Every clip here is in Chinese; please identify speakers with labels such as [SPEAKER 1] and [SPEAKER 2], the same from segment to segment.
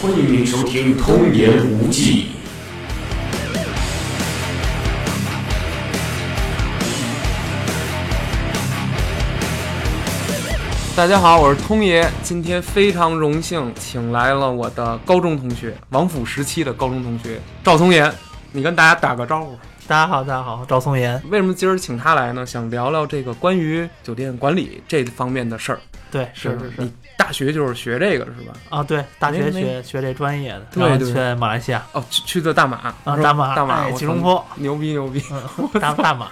[SPEAKER 1] 欢迎您收听《童言无忌》。
[SPEAKER 2] 大家好，我是通爷。今天非常荣幸，请来了我的高中同学，王府时期的高中同学赵松岩。你跟大家打个招呼。
[SPEAKER 3] 大家好，大家好，赵松岩。
[SPEAKER 2] 为什么今儿请他来呢？想聊聊这个关于酒店管理这方面的事儿。
[SPEAKER 3] 对，
[SPEAKER 2] 吧
[SPEAKER 3] 是是是
[SPEAKER 2] 你大学就是学这个是吧？
[SPEAKER 3] 啊，对，大
[SPEAKER 2] 没
[SPEAKER 3] 学
[SPEAKER 2] 没
[SPEAKER 3] 学学这专业的，
[SPEAKER 2] 对
[SPEAKER 3] 然后
[SPEAKER 2] 对
[SPEAKER 3] 去马来西亚
[SPEAKER 2] 哦，去去的大马
[SPEAKER 3] 啊，
[SPEAKER 2] 是吧
[SPEAKER 3] 大马
[SPEAKER 2] 大马，
[SPEAKER 3] 哎
[SPEAKER 2] 我
[SPEAKER 3] 吉
[SPEAKER 2] 操
[SPEAKER 3] 隆，坡，
[SPEAKER 2] 牛逼牛逼！
[SPEAKER 3] 嗯， 大大马，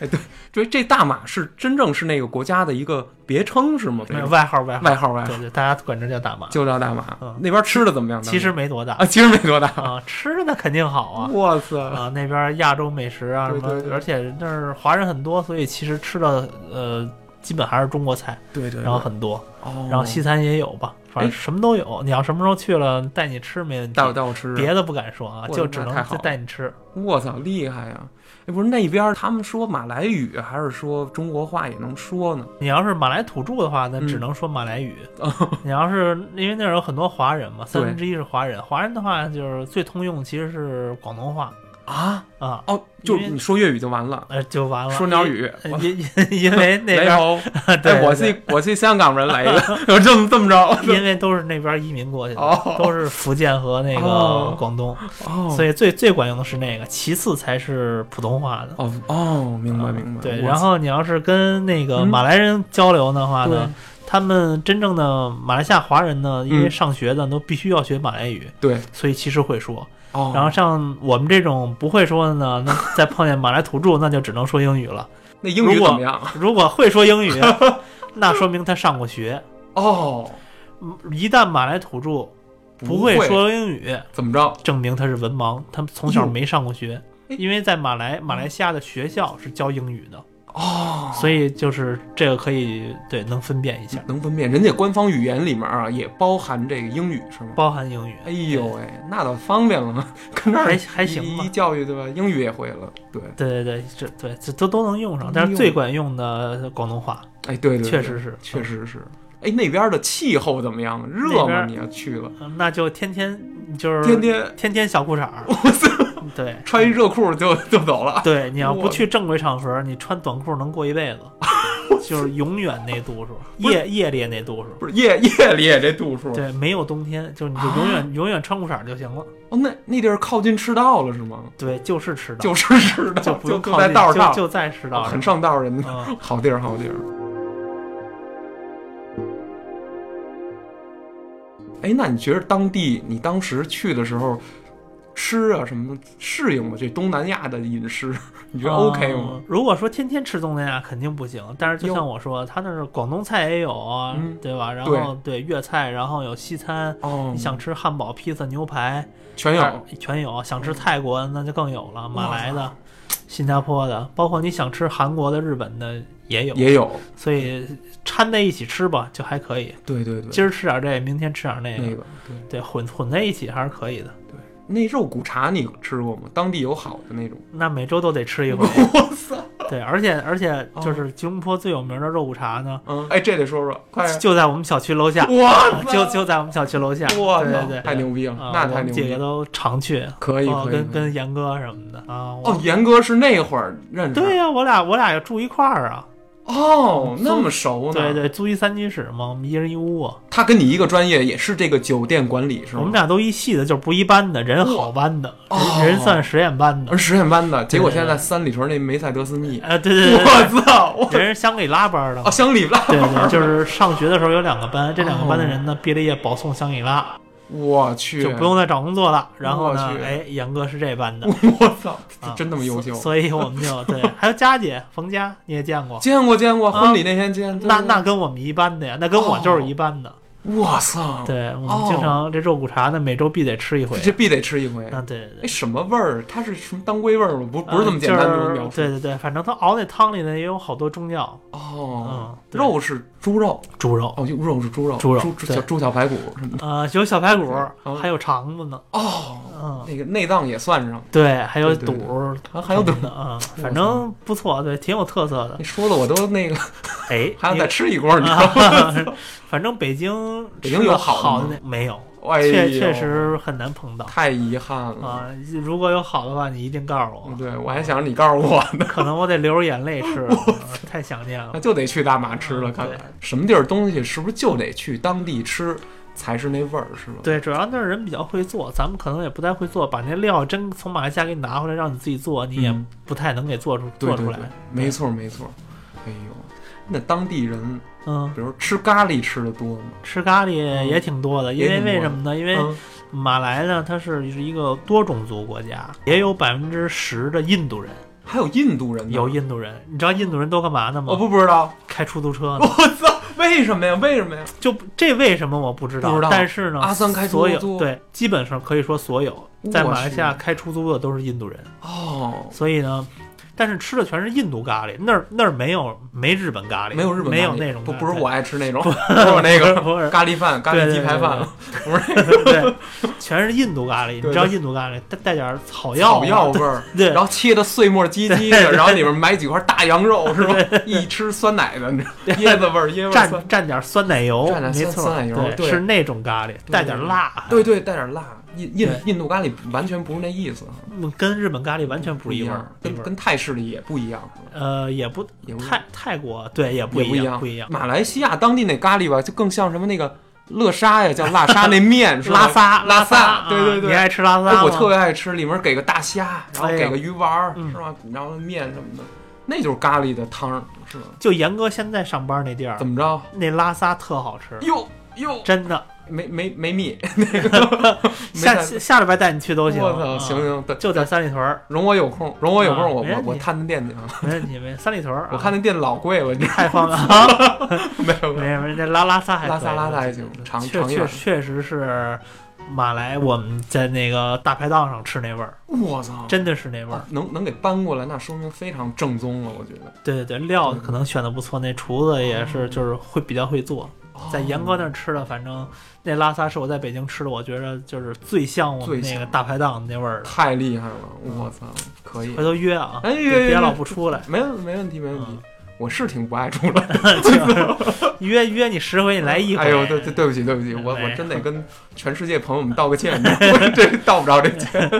[SPEAKER 2] 这这大马是真正是那个国家的一个别称是吗？这
[SPEAKER 3] 没有
[SPEAKER 2] 个
[SPEAKER 3] 外号外号，
[SPEAKER 2] 外号外号
[SPEAKER 3] 对对，大家管这叫大马。
[SPEAKER 2] 就叫大马
[SPEAKER 3] 嗯。
[SPEAKER 2] 那边吃的怎么样？
[SPEAKER 3] 其实没多大
[SPEAKER 2] 啊，其实没多大。
[SPEAKER 3] 啊，吃的肯定好啊
[SPEAKER 2] 哇塞！
[SPEAKER 3] 啊，那边亚洲美食啊什
[SPEAKER 2] 对对对
[SPEAKER 3] 么，而且那儿华人很多，所以其实吃的呃基本还是中国菜，
[SPEAKER 2] 对对，
[SPEAKER 3] 然后很多，
[SPEAKER 2] 哦，
[SPEAKER 3] 然后西餐也有吧，反正
[SPEAKER 2] 哎
[SPEAKER 3] 什么都有。你要什么时候去了，带你吃没问题
[SPEAKER 2] 带。我带我吃吃。
[SPEAKER 3] 别的不敢说啊，
[SPEAKER 2] 我
[SPEAKER 3] 就
[SPEAKER 2] 那
[SPEAKER 3] 只
[SPEAKER 2] 太
[SPEAKER 3] 能
[SPEAKER 2] 好
[SPEAKER 3] 就
[SPEAKER 2] 了
[SPEAKER 3] 带你吃。
[SPEAKER 2] 我操，厉害呀！哎，不是那边儿他们说马来语还是说中国话也能说呢？
[SPEAKER 3] 你要是马来土著的话，那
[SPEAKER 2] 嗯哦
[SPEAKER 3] 只能说马 来语。你要是因为那儿有很多华人嘛，
[SPEAKER 2] 对
[SPEAKER 3] 三分之一是华人，华人的话就是最通用其实是广东话
[SPEAKER 2] 啊，
[SPEAKER 3] 啊，
[SPEAKER 2] 哦，就是
[SPEAKER 3] 因为
[SPEAKER 2] 你说粤语就完了，
[SPEAKER 3] 呃就完了。
[SPEAKER 2] 说鸟语。
[SPEAKER 3] 因因因因 为那
[SPEAKER 2] 雷
[SPEAKER 3] 边
[SPEAKER 2] 猴，
[SPEAKER 3] 对
[SPEAKER 2] 哎，我
[SPEAKER 3] 对
[SPEAKER 2] 是我是香港人来的， 就这么这么着。
[SPEAKER 3] 因为都是那边移民过去的，
[SPEAKER 2] 哦
[SPEAKER 3] 都是福建和那
[SPEAKER 2] 哦
[SPEAKER 3] 个广东，
[SPEAKER 2] 哦
[SPEAKER 3] 所以最最管用的是那个，其次才是普通话的。
[SPEAKER 2] 哦哦，明白
[SPEAKER 3] 啊
[SPEAKER 2] 明白。
[SPEAKER 3] 对，
[SPEAKER 2] 我
[SPEAKER 3] 然后你要是跟那个
[SPEAKER 2] 嗯
[SPEAKER 3] 马来人交流的话
[SPEAKER 2] 对
[SPEAKER 3] 呢，他们真正的马来西亚华人呢，因为
[SPEAKER 2] 嗯
[SPEAKER 3] 上学的都必须要学马来语，
[SPEAKER 2] 对
[SPEAKER 3] 所以其实会说。
[SPEAKER 2] 哦，
[SPEAKER 3] 然后像我们这种不会说 的呢，那再碰见马来土著，那就只能说英语了。
[SPEAKER 2] 那英语
[SPEAKER 3] 如
[SPEAKER 2] 怎
[SPEAKER 3] 果
[SPEAKER 2] 么样？
[SPEAKER 3] 如果会说英语，啊 那说明他上过学。
[SPEAKER 2] 哦，
[SPEAKER 3] 嗯一旦马来土著不
[SPEAKER 2] 会
[SPEAKER 3] 会说英语，
[SPEAKER 2] 怎么着？
[SPEAKER 3] 证明他是文盲，他们从小
[SPEAKER 2] 哟
[SPEAKER 3] 没上过学。
[SPEAKER 2] 哎
[SPEAKER 3] 因为在马来马来西亚的学校是教英语的，
[SPEAKER 2] 哦，
[SPEAKER 3] 所以就是这个可以对能分辨一下，
[SPEAKER 2] 能分辨，人家官方语言里面啊也包含这个英语是吗？
[SPEAKER 3] 包含英语。
[SPEAKER 2] 哎呦喂，那倒方便了， 跟这儿
[SPEAKER 3] 还还行
[SPEAKER 2] 一
[SPEAKER 3] 吧
[SPEAKER 2] 一教育对吧？英语也会了，对，
[SPEAKER 3] 对对对，这对这都都能用上，
[SPEAKER 2] 能
[SPEAKER 3] 但是
[SPEAKER 2] 用
[SPEAKER 3] 最管用的广东话，
[SPEAKER 2] 哎对对对
[SPEAKER 3] 确实是，
[SPEAKER 2] 确实是。哎，那边的气候怎么样？热
[SPEAKER 3] 那边
[SPEAKER 2] 吗？
[SPEAKER 3] 儿
[SPEAKER 2] 你要去了，
[SPEAKER 3] 嗯，那就天天就是
[SPEAKER 2] 天天
[SPEAKER 3] 天天小裤衩儿，对
[SPEAKER 2] 穿一热裤就 就走了。
[SPEAKER 3] 对，你要
[SPEAKER 2] 我
[SPEAKER 3] 不去正规场合，你穿短裤能过一辈子，就是永远那度数，
[SPEAKER 2] 不是
[SPEAKER 3] 夜夜里那度数，
[SPEAKER 2] 不是夜夜里也这度数。
[SPEAKER 3] 对，没有冬天，就是你就永
[SPEAKER 2] 啊
[SPEAKER 3] 远、永远穿裤衩就行了，
[SPEAKER 2] 哦，那那地儿靠近赤道了是吗？
[SPEAKER 3] 对，就是迟到，
[SPEAKER 2] 就
[SPEAKER 3] 就是
[SPEAKER 2] 赤道，就
[SPEAKER 3] 不用
[SPEAKER 2] 就
[SPEAKER 3] 靠
[SPEAKER 2] 在
[SPEAKER 3] 近
[SPEAKER 2] 道上，
[SPEAKER 3] 就就在迟到
[SPEAKER 2] 哦
[SPEAKER 3] 上，
[SPEAKER 2] 很上道人家。
[SPEAKER 3] 嗯
[SPEAKER 2] 好地儿，好地儿。哎，那你觉得当地你当时去的时候，吃啊什么适应吗？这东南亚的饮食，你觉得 OK 吗？
[SPEAKER 3] 嗯如果说天天吃东南亚肯定不行，但是就
[SPEAKER 2] 哟
[SPEAKER 3] 像我说，他那儿广东菜也有啊，
[SPEAKER 2] 嗯
[SPEAKER 3] 对吧？然
[SPEAKER 2] 对
[SPEAKER 3] 后对粤菜，然后有西餐，
[SPEAKER 2] 哦，
[SPEAKER 3] 你想吃汉堡、披萨、牛排，
[SPEAKER 2] 全有
[SPEAKER 3] 全有。想吃泰国那就更有了，马来的、新加坡的，包括你想吃韩国的、日本的也有。
[SPEAKER 2] 也有，
[SPEAKER 3] 所以掺在一起吃吧，就还可以。
[SPEAKER 2] 对对对，
[SPEAKER 3] 今儿吃点这，明天吃点那
[SPEAKER 2] 那
[SPEAKER 3] 个，
[SPEAKER 2] 个对，
[SPEAKER 3] 对，混混在一起还是可以的。
[SPEAKER 2] 那肉骨茶你吃过吗？当地有好的那种，
[SPEAKER 3] 那每周都得吃 一回。对，而且而且
[SPEAKER 2] 哦
[SPEAKER 3] 就是吉隆坡最有名的肉骨茶呢，
[SPEAKER 2] 嗯，哎，这得说说，快点，
[SPEAKER 3] 就在我们小区楼下，
[SPEAKER 2] 哇塞，
[SPEAKER 3] 就就在我们小区楼下。
[SPEAKER 2] 哇
[SPEAKER 3] 对对
[SPEAKER 2] 塞，
[SPEAKER 3] 对，
[SPEAKER 2] 太牛逼了
[SPEAKER 3] 啊！，
[SPEAKER 2] 那
[SPEAKER 3] 我
[SPEAKER 2] 太
[SPEAKER 3] 们
[SPEAKER 2] 牛
[SPEAKER 3] 几
[SPEAKER 2] 逼
[SPEAKER 3] 个
[SPEAKER 2] 了，
[SPEAKER 3] 都常去，
[SPEAKER 2] 可以
[SPEAKER 3] 哦
[SPEAKER 2] 可以，
[SPEAKER 3] 跟
[SPEAKER 2] 可以
[SPEAKER 3] 跟严哥什么的啊。我
[SPEAKER 2] 哦，严哥是那会儿认识的，
[SPEAKER 3] 对呀、我俩我俩也住一块儿啊。
[SPEAKER 2] 哦，那么熟呢？
[SPEAKER 3] 对，对，租一三居室嘛，我们一人一屋啊。
[SPEAKER 2] 他跟你一个专业，也是这个酒店管理是吗？
[SPEAKER 3] 我们 俩都一系的，就是不一班的，人好班的，
[SPEAKER 2] 哦
[SPEAKER 3] 人人算实验班 的。
[SPEAKER 2] 而实验班的，结果
[SPEAKER 3] 对对
[SPEAKER 2] 现在在三里屯那梅赛德斯密，
[SPEAKER 3] 啊，对对对对
[SPEAKER 2] 我操，我
[SPEAKER 3] 对，人是香格里拉班的嘛
[SPEAKER 2] 哦，。香里拉，
[SPEAKER 3] 对对，就是上学的时候有两个班，这两个班的人呢，毕了业保送香格里拉，
[SPEAKER 2] 我哦去，
[SPEAKER 3] 就不，用再找工作了。然后呢
[SPEAKER 2] 我，去
[SPEAKER 3] 哎，杨哥是这班的，
[SPEAKER 2] 我操
[SPEAKER 3] 啊，
[SPEAKER 2] 真那么优秀？
[SPEAKER 3] 所以我们 就对，还有佳姐冯佳你也见过，
[SPEAKER 2] 见过见过，
[SPEAKER 3] 啊
[SPEAKER 2] 婚礼那天见，对
[SPEAKER 3] 那那跟我们一班的呀，那跟我就是一班的。
[SPEAKER 2] 哦我操，
[SPEAKER 3] 对我们经常这肉骨茶呢，每周必得吃一回。
[SPEAKER 2] 这必得吃一回。
[SPEAKER 3] 啊，对对
[SPEAKER 2] 哎，
[SPEAKER 3] 对，
[SPEAKER 2] 什么味儿？它是什么当归味儿吗？不，不是这么简单
[SPEAKER 3] 呃
[SPEAKER 2] 就
[SPEAKER 3] 就
[SPEAKER 2] 能
[SPEAKER 3] 是
[SPEAKER 2] 描述。
[SPEAKER 3] 对对对，反正他熬那汤里呢也有好多中药，
[SPEAKER 2] 哦
[SPEAKER 3] 嗯，对
[SPEAKER 2] 肉是猪肉，
[SPEAKER 3] 猪肉，
[SPEAKER 2] 哦，肉是猪肉，
[SPEAKER 3] 猪肉
[SPEAKER 2] 猪猪小
[SPEAKER 3] 对
[SPEAKER 2] 猪小排骨什么的。
[SPEAKER 3] 呃，有小排骨
[SPEAKER 2] 嗯，
[SPEAKER 3] 还有肠子呢，
[SPEAKER 2] 哦，
[SPEAKER 3] 嗯，
[SPEAKER 2] 那个内脏也算上。
[SPEAKER 3] 对，还有
[SPEAKER 2] 对对对
[SPEAKER 3] 肚，
[SPEAKER 2] 还还有肚
[SPEAKER 3] 的啊，嗯反正不错，对，挺有特 色的
[SPEAKER 2] 你。说的我都那个，
[SPEAKER 3] 哎，
[SPEAKER 2] 还想再
[SPEAKER 3] 你
[SPEAKER 2] 吃一锅，你知道吗？
[SPEAKER 3] 啊，反正北京
[SPEAKER 2] 北京
[SPEAKER 3] 吃
[SPEAKER 2] 有
[SPEAKER 3] 的
[SPEAKER 2] 好的
[SPEAKER 3] 好
[SPEAKER 2] 吗
[SPEAKER 3] 那没有，
[SPEAKER 2] 哎呦
[SPEAKER 3] 确确实很难碰到
[SPEAKER 2] 太遗憾了。
[SPEAKER 3] 啊。如果有好的话，你一定告诉我，
[SPEAKER 2] 对，我还想着你告诉我 呢，
[SPEAKER 3] 可能我得流着眼泪 吃，啊太想念了
[SPEAKER 2] 那。就得去大马吃了，
[SPEAKER 3] 嗯
[SPEAKER 2] 看
[SPEAKER 3] 对
[SPEAKER 2] 看什么地儿东西是不是就得去当地吃才是那味儿，是吧？
[SPEAKER 3] 对，主要那儿人比较会做，咱们可能也不太会做，把那料真从马来西亚给你拿回来，让你自己做，你也
[SPEAKER 2] 嗯
[SPEAKER 3] 不太能给做出、
[SPEAKER 2] 对
[SPEAKER 3] 做
[SPEAKER 2] 对
[SPEAKER 3] 出
[SPEAKER 2] 对
[SPEAKER 3] 来。，
[SPEAKER 2] 没错没错。哎呦，那当地人，
[SPEAKER 3] 嗯，
[SPEAKER 2] 比如吃咖喱吃的多吗？
[SPEAKER 3] 吃咖喱也挺多的，
[SPEAKER 2] 嗯
[SPEAKER 3] 因
[SPEAKER 2] 也挺多的
[SPEAKER 3] 为为什么呢？因为
[SPEAKER 2] 嗯，
[SPEAKER 3] 马来呢，它是是一个多种族国家，也有百分之十的印度人，
[SPEAKER 2] 还有印度人呢
[SPEAKER 3] 有印度人。你知道印度人都干嘛呢吗？
[SPEAKER 2] 我嗯哦不不知道，
[SPEAKER 3] 开出租
[SPEAKER 2] 我
[SPEAKER 3] 车呢。
[SPEAKER 2] 操，为什么呀？为什么呀？
[SPEAKER 3] 就这为什么我不知道？
[SPEAKER 2] 不知道
[SPEAKER 3] 但是呢，
[SPEAKER 2] 阿三开出租
[SPEAKER 3] 所有对，基本上可以说所有
[SPEAKER 2] 我
[SPEAKER 3] 在马来西亚
[SPEAKER 2] 去
[SPEAKER 3] 开出租的都是印度人。
[SPEAKER 2] 哦，
[SPEAKER 3] 所以呢，但是吃的全是印度咖喱，那儿那儿没有没日本咖喱，
[SPEAKER 2] 没有日本咖喱，
[SPEAKER 3] 没有那种
[SPEAKER 2] 不
[SPEAKER 3] 咖喱
[SPEAKER 2] 不是我爱吃那种，不是那个
[SPEAKER 3] 不是
[SPEAKER 2] 咖喱饭、咖喱鸡排饭，不是那个
[SPEAKER 3] 对，全是印度咖喱。你
[SPEAKER 2] 对
[SPEAKER 3] 知道印度咖喱带带点儿草药
[SPEAKER 2] 草
[SPEAKER 3] 啊，
[SPEAKER 2] 药味儿，
[SPEAKER 3] 对
[SPEAKER 2] 然后切的碎末唧唧的，然后里面埋几块大羊肉，是吧？一吃酸奶的，你知道椰子味儿，椰味儿酸
[SPEAKER 3] 蘸，蘸点酸奶油，
[SPEAKER 2] 蘸点
[SPEAKER 3] 没
[SPEAKER 2] 酸
[SPEAKER 3] 错，
[SPEAKER 2] 酸奶油对
[SPEAKER 3] 是那种咖喱，带点辣，
[SPEAKER 2] 对对，带点辣。印印
[SPEAKER 3] 对
[SPEAKER 2] 印度咖喱完全不是那意思，
[SPEAKER 3] 嗯跟日本咖喱完全不
[SPEAKER 2] 不
[SPEAKER 3] 一
[SPEAKER 2] 一
[SPEAKER 3] 味
[SPEAKER 2] 样
[SPEAKER 3] 儿，，
[SPEAKER 2] 跟
[SPEAKER 3] 不一味儿
[SPEAKER 2] 跟泰式的也不一样，
[SPEAKER 3] 呃也不
[SPEAKER 2] 也不一样
[SPEAKER 3] 泰泰国对也不
[SPEAKER 2] 也不
[SPEAKER 3] 一
[SPEAKER 2] 一
[SPEAKER 3] 样，
[SPEAKER 2] 样，
[SPEAKER 3] 不一样，
[SPEAKER 2] 马来西亚当地那咖喱吧，就更像什么那个乐沙呀，叫辣沙那面是吧
[SPEAKER 3] 拉萨
[SPEAKER 2] 拉
[SPEAKER 3] 萨，
[SPEAKER 2] 萨
[SPEAKER 3] 啊
[SPEAKER 2] 对对对
[SPEAKER 3] 你爱吃拉萨
[SPEAKER 2] 哎，
[SPEAKER 3] 吗？
[SPEAKER 2] 我特别爱吃，里面给个大虾，然后给个鱼丸儿，
[SPEAKER 3] 哎呦
[SPEAKER 2] 是吧？然后面什么的，那就是咖喱的汤儿，是吧？
[SPEAKER 3] 就严哥现在上班那地儿
[SPEAKER 2] 怎，么着？
[SPEAKER 3] 那拉萨特好吃，
[SPEAKER 2] 哟哟，
[SPEAKER 3] 真的，
[SPEAKER 2] 没没没 密那个，没
[SPEAKER 3] 下
[SPEAKER 2] 带
[SPEAKER 3] 下下礼拜带你去都行，
[SPEAKER 2] 我操，
[SPEAKER 3] 啊
[SPEAKER 2] 行，行，对，
[SPEAKER 3] 就在三里 屯儿，
[SPEAKER 2] 容我有空，容我有空，
[SPEAKER 3] 啊
[SPEAKER 2] 我
[SPEAKER 3] 没
[SPEAKER 2] 我
[SPEAKER 3] 问题
[SPEAKER 2] 我探探店去啊。
[SPEAKER 3] 没问题，没问题三里屯儿啊，
[SPEAKER 2] 我看那店老贵了，你知道
[SPEAKER 3] 太方便了，
[SPEAKER 2] 没有没有？
[SPEAKER 3] 没有没有，那拉拉萨还
[SPEAKER 2] 拉萨
[SPEAKER 3] 可以
[SPEAKER 2] 拉萨
[SPEAKER 3] 哎对
[SPEAKER 2] 还行，长
[SPEAKER 3] 确
[SPEAKER 2] 长
[SPEAKER 3] 确
[SPEAKER 2] 远。
[SPEAKER 3] 确实是马来，我们在那个大排档上吃那味儿，
[SPEAKER 2] 我操，
[SPEAKER 3] 真的是那味儿。
[SPEAKER 2] 能能给搬过来，那说明非常正宗了，我觉得。
[SPEAKER 3] 对对对，料
[SPEAKER 2] 嗯
[SPEAKER 3] 可能选的不错，那厨子也是就是会比较会做。哦在严哥那儿吃的，反正那拉萨是我在北京吃的，我觉得就是最像我们
[SPEAKER 2] 最
[SPEAKER 3] 那
[SPEAKER 2] 像
[SPEAKER 3] 个大排档那味儿的。
[SPEAKER 2] 太厉害了，
[SPEAKER 3] 嗯
[SPEAKER 2] 我操，可以
[SPEAKER 3] 回，头约啊，
[SPEAKER 2] 哎约
[SPEAKER 3] 别
[SPEAKER 2] 约
[SPEAKER 3] 别老
[SPEAKER 2] 约
[SPEAKER 3] 不出来，
[SPEAKER 2] 没问没问题没问题
[SPEAKER 3] 嗯。
[SPEAKER 2] 我是挺不爱出来，
[SPEAKER 3] 就是约约你十回，你来一 回。哎
[SPEAKER 2] 哎呦，对对对不起对不起，我
[SPEAKER 3] 没
[SPEAKER 2] 我
[SPEAKER 3] 有
[SPEAKER 2] 真 得跟全世界朋友们道个歉，我 这道不着这歉，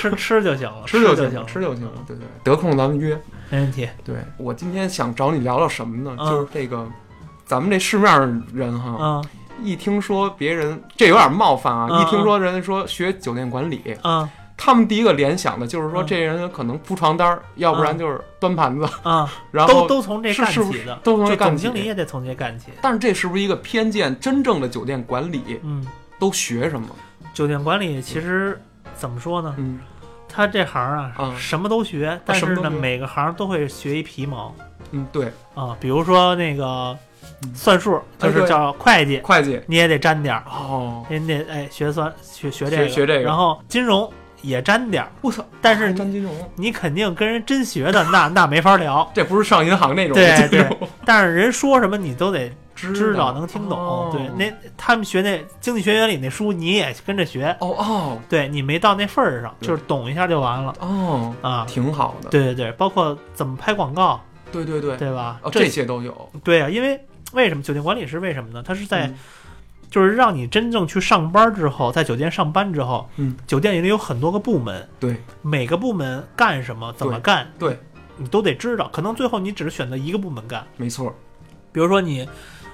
[SPEAKER 3] 吃哎吃就行了，
[SPEAKER 2] 吃
[SPEAKER 3] 就
[SPEAKER 2] 就
[SPEAKER 3] 行了，
[SPEAKER 2] 行吃就行了，对对，得空咱们约。
[SPEAKER 3] 没问题。
[SPEAKER 2] 对我今天想找你聊聊什么呢？
[SPEAKER 3] 嗯
[SPEAKER 2] 就是这个，咱们这市面上人哈，
[SPEAKER 3] 嗯
[SPEAKER 2] 一听说别人这有点冒犯啊，
[SPEAKER 3] 嗯
[SPEAKER 2] 一听说人家说学酒店管理，
[SPEAKER 3] 嗯
[SPEAKER 2] 他们第一个联想的就是说
[SPEAKER 3] 嗯
[SPEAKER 2] 这人可能铺床单儿，要不然就是端盘子，
[SPEAKER 3] 嗯，
[SPEAKER 2] 然
[SPEAKER 3] 都
[SPEAKER 2] 后。
[SPEAKER 3] 都从这
[SPEAKER 2] 是
[SPEAKER 3] 干
[SPEAKER 2] 是不
[SPEAKER 3] 起
[SPEAKER 2] 是
[SPEAKER 3] 的，
[SPEAKER 2] 都从
[SPEAKER 3] 就
[SPEAKER 2] 这
[SPEAKER 3] 总
[SPEAKER 2] 干起
[SPEAKER 3] 经理也得从这干起。
[SPEAKER 2] 但是这是不是一个偏见？真正的酒店管理
[SPEAKER 3] 嗯。
[SPEAKER 2] 都学什么？
[SPEAKER 3] 酒店管理其实怎么说呢？
[SPEAKER 2] 嗯，
[SPEAKER 3] 他这行啊，
[SPEAKER 2] 嗯
[SPEAKER 3] 什么都学，但
[SPEAKER 2] 什
[SPEAKER 3] 是
[SPEAKER 2] 么都
[SPEAKER 3] 呢，
[SPEAKER 2] 学
[SPEAKER 3] 每个行都会学一皮毛
[SPEAKER 2] 嗯，对，
[SPEAKER 3] 啊。比如说那个
[SPEAKER 2] 嗯
[SPEAKER 3] 算术，就
[SPEAKER 2] 哎
[SPEAKER 3] 是
[SPEAKER 2] 对
[SPEAKER 3] 叫会计，
[SPEAKER 2] 会计
[SPEAKER 3] 你也得沾点儿，
[SPEAKER 2] 哦，
[SPEAKER 3] 你得哎学算学学这
[SPEAKER 2] 学
[SPEAKER 3] 个
[SPEAKER 2] 学这个
[SPEAKER 3] 然后金融也沾点儿，
[SPEAKER 2] 我操，
[SPEAKER 3] 但是
[SPEAKER 2] 沾金融，
[SPEAKER 3] 你肯定跟人真学的 那那没法聊。
[SPEAKER 2] 这不是上银行那种
[SPEAKER 3] 对
[SPEAKER 2] 金融，
[SPEAKER 3] 但是人说什么你都得
[SPEAKER 2] 知
[SPEAKER 3] 知道能听懂。
[SPEAKER 2] 哦
[SPEAKER 3] 对，那他们学那经济学原理那书你也跟着学，
[SPEAKER 2] 哦哦
[SPEAKER 3] 对你没到那份儿上，
[SPEAKER 2] 对
[SPEAKER 3] 就是懂一下就完了
[SPEAKER 2] 哦，
[SPEAKER 3] 啊。
[SPEAKER 2] 挺好的，
[SPEAKER 3] 对对对，包括怎么拍广告，
[SPEAKER 2] 对对对，
[SPEAKER 3] 对吧？
[SPEAKER 2] 哦，这些都有，
[SPEAKER 3] 对啊，因为为什么酒店管理是为什么呢？它是在、
[SPEAKER 2] 嗯
[SPEAKER 3] 就是让你真正去上班之后，在酒店上班之后，
[SPEAKER 2] 嗯，
[SPEAKER 3] 酒店里有很多个部门，
[SPEAKER 2] 对，
[SPEAKER 3] 每个部门干什么，怎么干，
[SPEAKER 2] 对
[SPEAKER 3] 你都得知道。可能最后你只是选择一个部门干，
[SPEAKER 2] 没错，
[SPEAKER 3] 比如说你。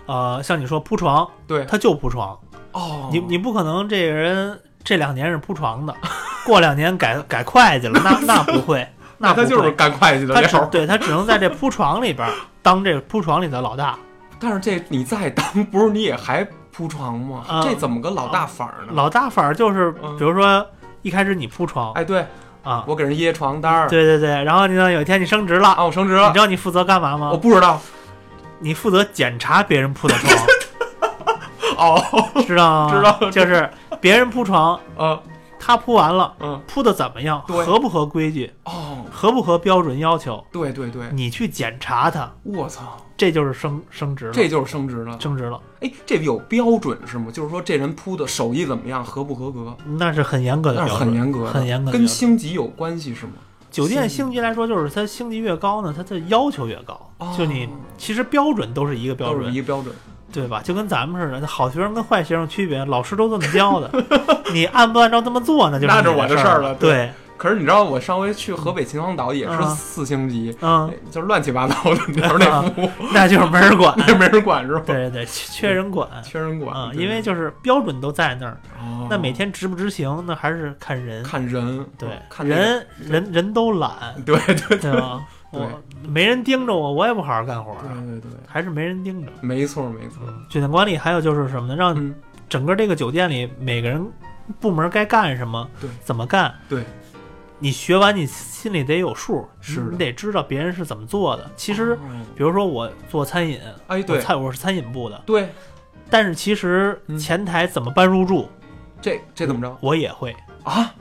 [SPEAKER 3] 呃，像你说铺床，
[SPEAKER 2] 对
[SPEAKER 3] 他就铺床，
[SPEAKER 2] 哦，
[SPEAKER 3] 你你不可能这个人这两年是铺床的， 过两年改改会计了，那那不 会，那
[SPEAKER 2] 他
[SPEAKER 3] 不
[SPEAKER 2] 就是
[SPEAKER 3] 会
[SPEAKER 2] 干会计的
[SPEAKER 3] 他
[SPEAKER 2] 料
[SPEAKER 3] 只
[SPEAKER 2] 儿，
[SPEAKER 3] 对他只能在这铺床里边儿当这个铺床里的老大。
[SPEAKER 2] 但是这你再当，不是你也还铺床吗？
[SPEAKER 3] 嗯
[SPEAKER 2] 这怎么个老大法儿呢？
[SPEAKER 3] 老大反而就是，
[SPEAKER 2] 嗯
[SPEAKER 3] 比如说一开始你铺床
[SPEAKER 2] 哎，对
[SPEAKER 3] 啊，
[SPEAKER 2] 我给人掖床单儿，
[SPEAKER 3] 对对对，然后你呢有一天你升职了，
[SPEAKER 2] 啊，我升职
[SPEAKER 3] 你
[SPEAKER 2] 了
[SPEAKER 3] 知，道你负责干嘛
[SPEAKER 2] 我
[SPEAKER 3] 吗？
[SPEAKER 2] 不知道，
[SPEAKER 3] 你负责检查别人铺的床，
[SPEAKER 2] 哦，
[SPEAKER 3] 知道吗？
[SPEAKER 2] 知道
[SPEAKER 3] 就是别人铺床，
[SPEAKER 2] 呃，
[SPEAKER 3] 他铺完了，
[SPEAKER 2] 嗯，
[SPEAKER 3] 铺的怎么样，
[SPEAKER 2] 对
[SPEAKER 3] 合不合规矩，
[SPEAKER 2] 哦，
[SPEAKER 3] 合不合标准要求，
[SPEAKER 2] 对对对，
[SPEAKER 3] 你去检查他，
[SPEAKER 2] 我操，
[SPEAKER 3] 这就是升升职了，
[SPEAKER 2] 这就是升职了。
[SPEAKER 3] 升职了，
[SPEAKER 2] 哎，这有标准是吗？就是说这人铺的手艺怎么样，合不合格？
[SPEAKER 3] 那是很严格的
[SPEAKER 2] 那是
[SPEAKER 3] 标准，
[SPEAKER 2] 很严格的，
[SPEAKER 3] 很严格的标
[SPEAKER 2] 跟
[SPEAKER 3] 准
[SPEAKER 2] 星级有关系是吗？
[SPEAKER 3] 酒店
[SPEAKER 2] 星
[SPEAKER 3] 星级来说，就是它星级越高呢，它的要求越高。
[SPEAKER 2] 哦
[SPEAKER 3] 就你其实标准都是一个标
[SPEAKER 2] 都是
[SPEAKER 3] 准，
[SPEAKER 2] 一个标准。
[SPEAKER 3] 对吧？就跟咱们似的，好学生跟坏学生区别，老师都这么教 的，你按不按照这么做呢？就是
[SPEAKER 2] 那
[SPEAKER 3] 你
[SPEAKER 2] 是我的
[SPEAKER 3] 事
[SPEAKER 2] 事儿
[SPEAKER 3] 了。
[SPEAKER 2] 了
[SPEAKER 3] 对，
[SPEAKER 2] 可是你知道，我上回去河北秦皇岛也是
[SPEAKER 3] 嗯
[SPEAKER 2] 四星级，
[SPEAKER 3] 嗯，
[SPEAKER 2] 就是乱七八糟的，那是那服务，
[SPEAKER 3] 那就是没 人管。
[SPEAKER 2] 那没人管是吧？
[SPEAKER 3] 对对对，缺缺人管啊、
[SPEAKER 2] 缺人 管，对
[SPEAKER 3] 因为就是标准都在那儿，
[SPEAKER 2] 哦
[SPEAKER 3] 那每天执不执行，那还是看人。
[SPEAKER 2] 看人，
[SPEAKER 3] 对，
[SPEAKER 2] 看那个，
[SPEAKER 3] 人人人都懒，
[SPEAKER 2] 对对 对
[SPEAKER 3] 对吧？
[SPEAKER 2] 对
[SPEAKER 3] 我没人盯着我，我也不好好干活儿，
[SPEAKER 2] 对对，
[SPEAKER 3] 还是没人盯着。
[SPEAKER 2] 没错没错，
[SPEAKER 3] 嗯，酒店管理还有就是什么呢？让
[SPEAKER 2] 嗯，
[SPEAKER 3] 整个这个酒店里每个人部门该干什么，
[SPEAKER 2] 对
[SPEAKER 3] 怎么干，
[SPEAKER 2] 对，
[SPEAKER 3] 你学完你心里得有数，
[SPEAKER 2] 是的
[SPEAKER 3] 你得知道别人是怎么做的。其实，
[SPEAKER 2] 哦，
[SPEAKER 3] 比如说我做餐饮，
[SPEAKER 2] 哎
[SPEAKER 3] 我
[SPEAKER 2] 对
[SPEAKER 3] 餐我是餐饮部的，
[SPEAKER 2] 对，
[SPEAKER 3] 但是其实
[SPEAKER 2] 嗯哦
[SPEAKER 3] 前台怎么办入住，
[SPEAKER 2] 这这怎么着
[SPEAKER 3] 我也会。
[SPEAKER 2] 啊？
[SPEAKER 3] 啊